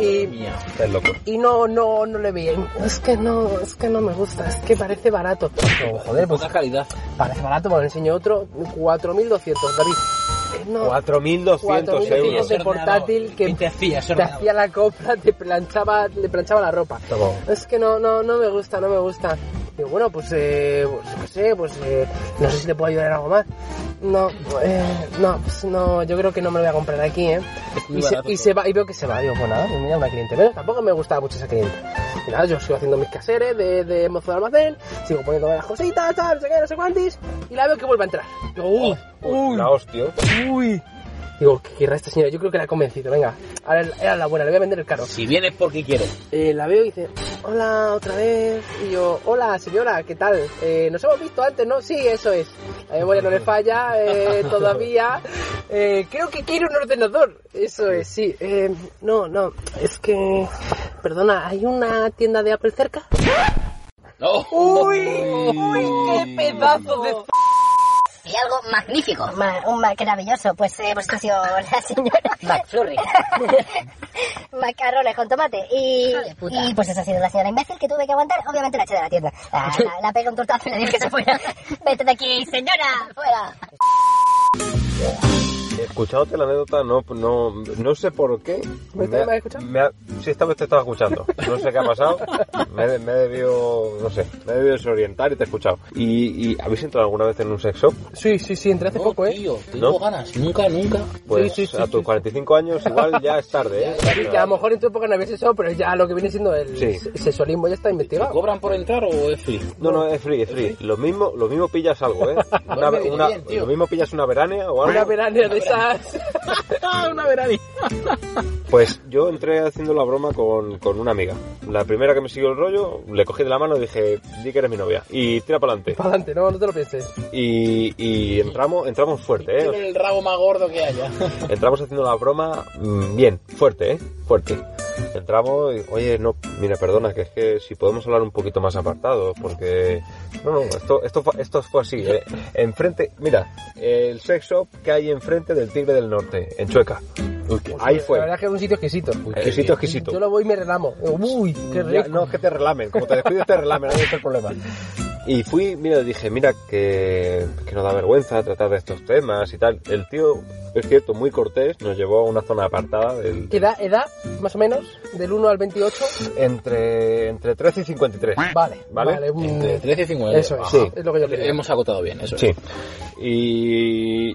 Y, Es loco. y no, no, no le veía. Es que no, es que no me gusta, es que parece barato. Pero, joder, pues Poca calidad. parece barato, pues le enseñé otro, 4.200, David. Eh, No, 4.200 4.200 euros. de portátil que ¿Qué te hacías, te ordenador? hacía la compra, te planchaba, le planchaba la ropa. Toma. Es que no, no, no me gusta, no me gusta. Digo, bueno, pues, eh, pues, qué sé, pues, eh, no sé si te puedo ayudar en algo más. No, eh, no, pues no, yo creo que no me lo voy a comprar aquí, ¿eh? Es muy Y se, barato. y se va, y veo que se va, digo, bueno, nada, pues mira, una cliente. Pero tampoco me gustaba mucho esa cliente. Y nada, yo sigo haciendo mis caseres de, de mozo de almacén, sigo poniendo las cositas, tal, no sé qué, no sé cuántis, y la veo que vuelve a entrar. Digo, uy, uy, eh. La hostia. Uy. Digo, ¿qué querrá esta señora? Yo creo que la ha convencido. Venga, ahora era la buena, le voy a vender el carro. Si vienes porque quieres. Eh, la veo y dice, hola, otra vez. Y yo, hola, señora, ¿qué tal? Eh, Nos hemos visto antes, ¿no? Sí, eso es. La memoria no le falla eh, todavía. Eh, creo que quiere un ordenador. Eso es, sí. Eh, no, no, es que... Perdona, ¿hay una tienda de Apple cerca? No. Uh, ¡Uy, qué pedazo de... Y algo magnífico. Ma- un ma- qué maravilloso, pues eh, vosotros ha sido la señora McFlurry. Macarrones con tomate. Y, Hija de puta. y pues esa ha sido la señora imbécil que tuve que aguantar. Obviamente la eché de la tienda. La, la, la pegué un tortazo y le dije que se fuera. Vete de aquí, señora, fuera. Escuchándote la anécdota, no, no, no sé por qué. ¿Me ha- estabas escuchando? me ha- sí, esta vez te estaba escuchando. No sé qué ha pasado. Me, he- me he debido, no sé, me he debido desorientar y te he escuchado. ¿Y, y habéis entrado alguna vez en un sex shop? Sí, sí, sí, entré hace poco, ¿eh? Oh, Tío, tengo ¿No? ganas. Nunca, nunca. Pues Sí, sí, sí, a tus 45 años igual ya es tarde, ¿eh? Sí, que a lo mejor en tu época no habías eso, pero ya lo que viene siendo el Sí. se- sexualismo ya está investigado. ¿Cobran por entrar o es free? No, no, es free, es free. Lo mismo, lo mismo pillas algo, ¿eh? Una- Duerme una- bien, tío. lo mismo pillas una veránea o algo. Una verania de esas. Una verania. Pues yo entré haciendo la broma con, con una amiga. La primera que me siguió el rollo, le cogí de la mano y dije, di que eres mi novia. Y tira para adelante. Para adelante, no, no te lo pienses. Y, y entramos, entramos fuerte, ¿eh? O sea, Tiene el rabo más gordo que haya. entramos haciendo la broma mm, bien, fuerte, ¿eh? Fuerte. Entramos y, oye, no, mira, perdona, que es que si podemos hablar un poquito más apartado, porque... No, no, esto, esto, fue, esto fue así, ¿eh? Enfrente, mira, el sex shop que hay enfrente del Tigre del Norte, en Chueca. Ahí La fue. verdad es que es un sitio exquisito. Exquisito, exquisito. Yo lo voy y me relamo. Uy, qué Ya, rico. no, es que te relamen. Como te despides, te relamen. Ahí está el problema. Y fui, mira, dije, mira, que, que nos da vergüenza tratar de estos temas y tal. El tío, es cierto, muy cortés, nos llevó a una zona apartada del, ¿Qué edad, edad, más o menos? Del 1 al 28. entre, entre 13 y 53. Vale, Eh, Vale. vale. mm, Entre 13 Eh, y 50. Eso es, sí. es lo que yo quería. Hemos agotado bien, eso es. Sí. Y,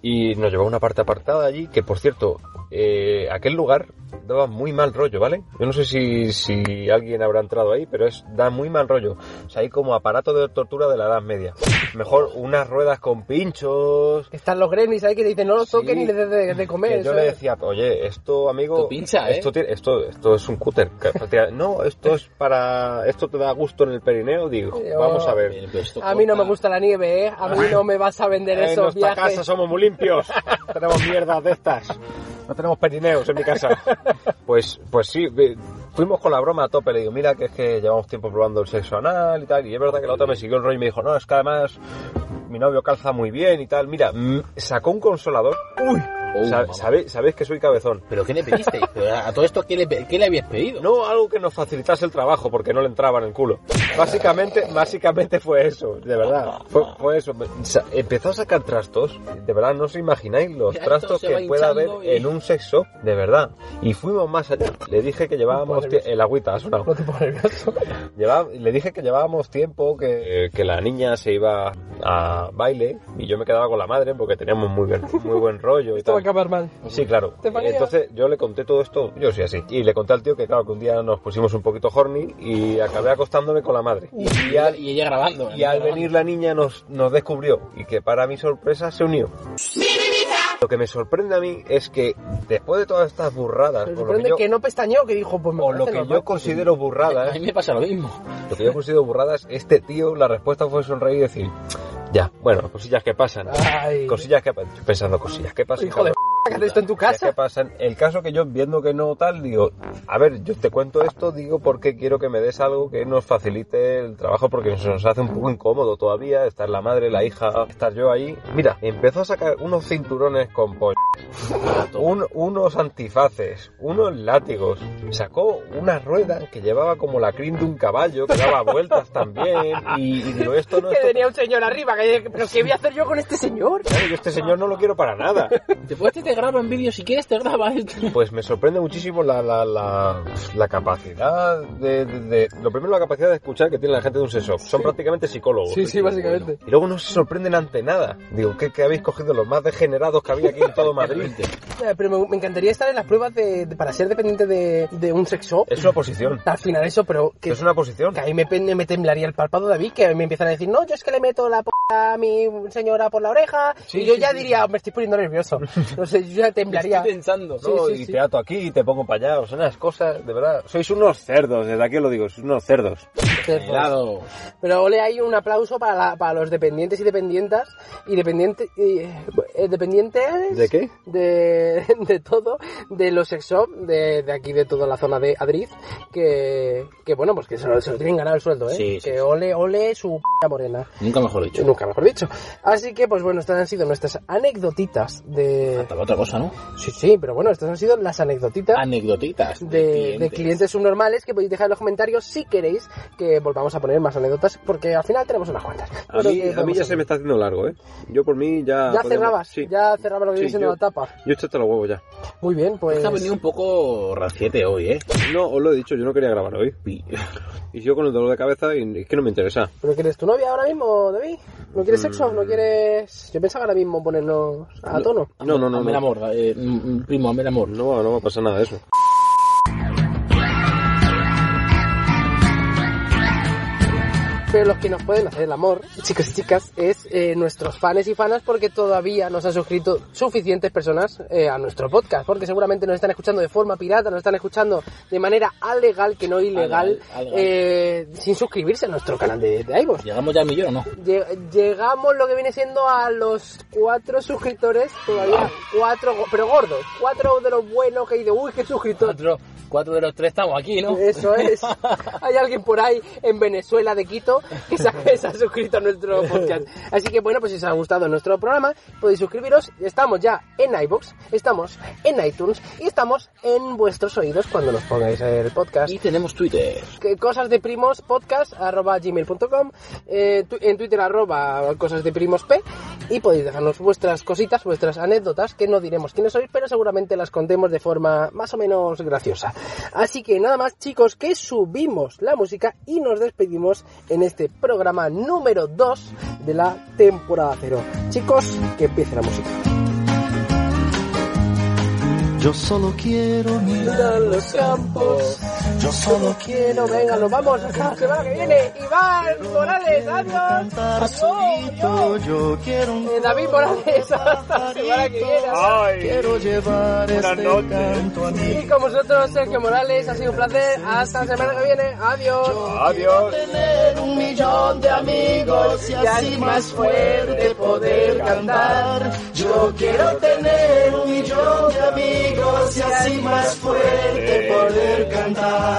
y nos llevó a una parte apartada allí, que por cierto, eh, aquel lugar daba muy mal rollo, ¿vale? Yo no sé si, si alguien habrá entrado ahí, pero es da muy mal rollo. O sea, hay como aparato de tortura de la Edad Media. Mejor unas ruedas con pinchos. Que Están los gremis ahí que dicen no los toquen Sí. ni les des de, de comer. Que yo eso le es. decía, oye, esto, amigo, Esto pincha, ¿eh? esto, tiene- esto, esto es un cúter. que prácticamente- No, esto es para, esto te da gusto en el perineo. Digo, Yo- vamos a ver. Bien, pero esto A mí no me corta. gusta la nieve, ¿eh? A mí no me vas a vender Eh, en esos nuestra viajes. casa somos muy limpios. No tenemos mierdas de estas. No tenemos perineos en mi casa. Pues, pues sí, vi- fuimos con la broma a tope. Le digo, mira, que es que llevamos tiempo probando el sexo anal y tal. Y es verdad que la otra me siguió el rollo y me dijo, no, es que además mi novio calza muy bien y tal. Mira, mm, sacó un consolador. Uy, Oh, Sa- mamá. sabe- sabéis que soy cabezón. ¿Pero qué le pedisteis? Pero a a todo esto, ¿qué le, pe- qué le habías pedido? No algo que nos facilitase el trabajo porque no le entraba en el culo. Básicamente, básicamente fue eso, de verdad. Fue, fue eso. O sea, empezó a sacar trastos. De verdad, no os imagináis los Ya esto trastos se que va pueda haber hinchando y- en un sex shop, de verdad. Y fuimos más allá. Le dije que llevábamos tie- el agüita, ha sonado. No te pongas nervioso. Llevaba- le dije que llevábamos tiempo, que, eh, que la niña se iba a baile y yo me quedaba con la madre porque teníamos muy, buen- muy buen rollo. Y Esto va a tal. acabar mal. Sí, claro. Estefanía. Entonces yo le conté todo esto, yo soy así. Y le conté al tío que, claro, que un día nos pusimos un poquito horny y acabé acostándome con la madre. Y al, Y ella grabando. y al grabando. venir la niña nos, nos descubrió y que para mi sorpresa se unió. Lo que me sorprende a mí es que después de todas estas burradas, Me o lo que sorprende yo, que no pestañeó, que dijo, pues me o lo parece que normal. yo considero A burradas, mí me pasa lo mismo. lo que yo considero burradas, este tío, la respuesta fue sonreír y decir, Ya, bueno, cosillas que pasan. Cosillas que pasan. Estoy pensando cosillas que pasan. Ah, Hijo de cabrón. p- que haces esto en tu Cosillas casa. que pasan. El caso que yo viendo que no tal, digo, a ver, yo te cuento esto, digo porque quiero que me des algo que nos facilite el trabajo porque se nos hace un poco incómodo todavía estar la madre, la hija, estar yo ahí. Mira, empezó a sacar unos cinturones con pollo. Un- unos antifaces, unos látigos. Sacó una rueda que llevaba como la crin de un caballo, que daba vueltas también. Y, y digo, esto no Que es tenía un señor arriba. Que, ¿Pero qué voy a hacer yo con este señor? yo este señor no lo quiero para nada. Después te, te grabo en vídeo, si quieres te graba esto. Pues me sorprende muchísimo la, la, la, la capacidad de, de- de- Lo primero, la capacidad de escuchar que tiene la gente de un seso. Son prácticamente psicólogos. Sí, sí, básicamente. Y luego no se sorprenden ante nada. Digo, ¿qué, qué habéis cogido los más degenerados que había aquí en todo Madrid? Eh, Pero me, me encantaría estar en las pruebas de, de- para ser dependiente de, de un sexo. Es una posición. Al final eso, pero que, Es una posición. que ahí me, pe- me temblaría el párpado de mí, que me empiezan a decir, no, yo es que le meto la p a mi señora por la oreja. Sí, y yo sí, ya sí. diría, "Oh, me estoy poniendo nervioso. No sé, yo ya temblaría. Estoy pensando. Sí, ¿no? sí, y sí. te ato aquí y te pongo para allá. O sea, unas cosas, de verdad. Sois unos cerdos, desde aquí os lo digo, sois unos cerdos. Helado. Pero ole hay un aplauso para, la- para los dependientes y dependientas y dependiente, y, eh, dependientes ¿De qué? de, de todo, de los sex shop, de, de aquí de toda la zona de Adriz, que, que bueno, pues que se lo, se lo tienen ganado el sueldo, ¿eh? Sí, sí, que sí. ole, ole su p morena. Nunca mejor dicho. Nunca mejor dicho. Así que, pues bueno, estas han sido nuestras anecdotitas de... Hasta otra cosa, ¿no? Sí, sí, pero bueno, estas han sido las anecdotitas Anecdotitas. de, de clientes. subnormales que podéis dejar en los comentarios si queréis que volvamos a poner más anécdotas porque al final tenemos unas cuantas. A Creo mí, que a mí podemos ya se hacer. me está haciendo largo, ¿eh? Yo por mí ya... Ya podríamos- cerrabas, Sí. ya cerraba lo que Sí, viene siendo yo- la tapa. Yo he hecho hasta los huevos ya. Muy bien, pues. Está venido un poco raciete hoy, ¿eh? No, os lo he dicho, yo no quería grabar hoy. Y, y yo con el dolor de cabeza y es que no me interesa. ¿Pero quieres tu novia ahora mismo, David? ¿No quieres sexo? Mm. ¿No quieres.? Yo pensaba ahora mismo ponernos a tono. No, no, no. Hazme el No, amor, eh, mm, mm, primo, hazme el amor. no, va- no va a pasar nada de eso. Pero los que nos pueden hacer el amor, chicos y chicas, es eh, nuestros fans y fanas porque todavía nos han suscrito suficientes personas eh, a nuestro podcast, porque seguramente nos están escuchando de forma pirata, nos están escuchando de manera alegal, que no ilegal, Alegal, alegal. eh, sin suscribirse a nuestro canal de, de iVoox. ¿Llegamos ya al millón o no? Lle- Llegamos lo que viene siendo a los cuatro suscriptores, Ah. todavía cuatro, go- pero gordos, cuatro de los buenos que hay de, uy, qué suscriptor. Cuatro, cuatro de los tres estamos aquí, ¿no? Eso es. Hay alguien por ahí en Venezuela de Quito que se, que se ha suscrito a nuestro podcast. Así que bueno, pues si os ha gustado nuestro programa, podéis suscribiros. Estamos ya en iBox, estamos en iTunes y estamos en vuestros oídos cuando nos pongáis el podcast. Y tenemos Twitter. Que- Cosas de primos podcast arroba gmail.com eh, tu- en Twitter arroba cosas de primos p y podéis dejarnos vuestras cositas, vuestras anécdotas que no diremos quiénes sois pero seguramente las contemos de forma más o menos graciosa así que nada más chicos que subimos la música y nos despedimos en este programa número 2 de la temporada 0 chicos que empiece la música Yo solo quiero Mira los campos Yo solo quiero, venga, nos vamos hasta la semana que viene. Iván Morales, adiós. Adiós, adiós. Yo quiero un Eh, David Morales, hasta la semana que viene. Quiero llevar este canto a Y con vosotros, Sergio Morales, ha sido un placer. Hasta la semana que viene, adiós. Adiós. tener un millón de amigos y así más fuerte poder cantar. Yo quiero tener un millón de amigos y así más fuerte poder cantar.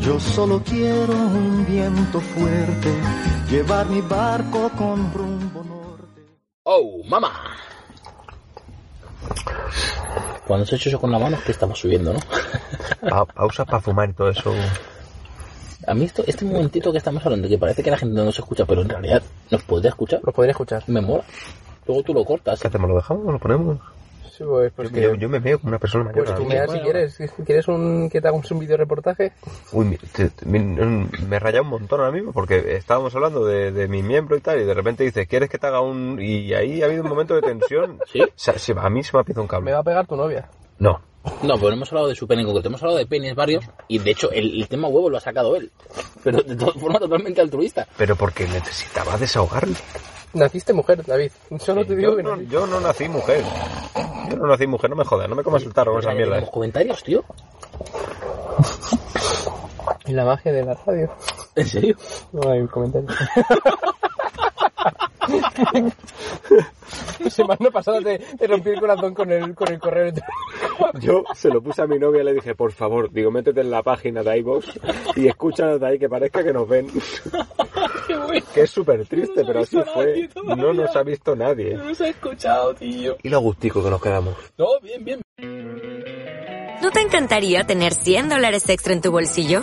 Yo solo quiero un viento fuerte, llevar mi barco con rumbo norte. Uh, ¡Oh, mamá! Cuando se ha hecho eso con la mano es que estamos subiendo, ¿no? pausas para fumar y todo eso. A mí esto, este momentito que estamos hablando, que parece que la gente no nos escucha, pero en realidad nos podría escuchar, Los podré escuchar. me mola. Luego tú lo cortas. ¿Qué hacemos? ¿Lo dejamos? ¿Lo ponemos? Sí, pues, Yo, yo me veo como una persona mayor. Pues ahora tú mismo. me das si quieres. ¿Quieres un, que te hagamos un video reportaje? Uy, mi- te- te- mi- mm, me he rayado un montón ahora mismo porque estábamos hablando de, de mi miembro y tal y de repente dices, ¿quieres que te haga un...? Y ahí ha habido un momento de tensión. ¿Sí? O sea, se- a mí se me ha pillado un Me cable. va a pegar tu novia. No. No, pero no hemos hablado de su pene en concreto, hemos hablado de penes varios, y de hecho el, el tema huevo lo ha sacado él. Pero de to- forma totalmente altruista. Pero porque necesitaba desahogarme. Naciste mujer, David. Solo te digo Yo que no, naciste. yo no nací mujer. Yo no nací mujer, no me jodas, no me comas el tarro con esas mierdas. comentarios, tío? En la magia de la radio. ¿En serio? No hay comentarios. La semana pasada te, te rompí el corazón con el, con el correo. Yo se lo puse a mi novia y le dije, por favor, digo, métete en la página de iVoox y escúchanos de ahí que parezca que nos ven. que es súper triste, pero así fue. No nos ha visto nadie. No se ha escuchado, tío. Y lo gustico que nos quedamos. No, bien, bien. ¿No te encantaría tener 100 dólares extra en tu bolsillo?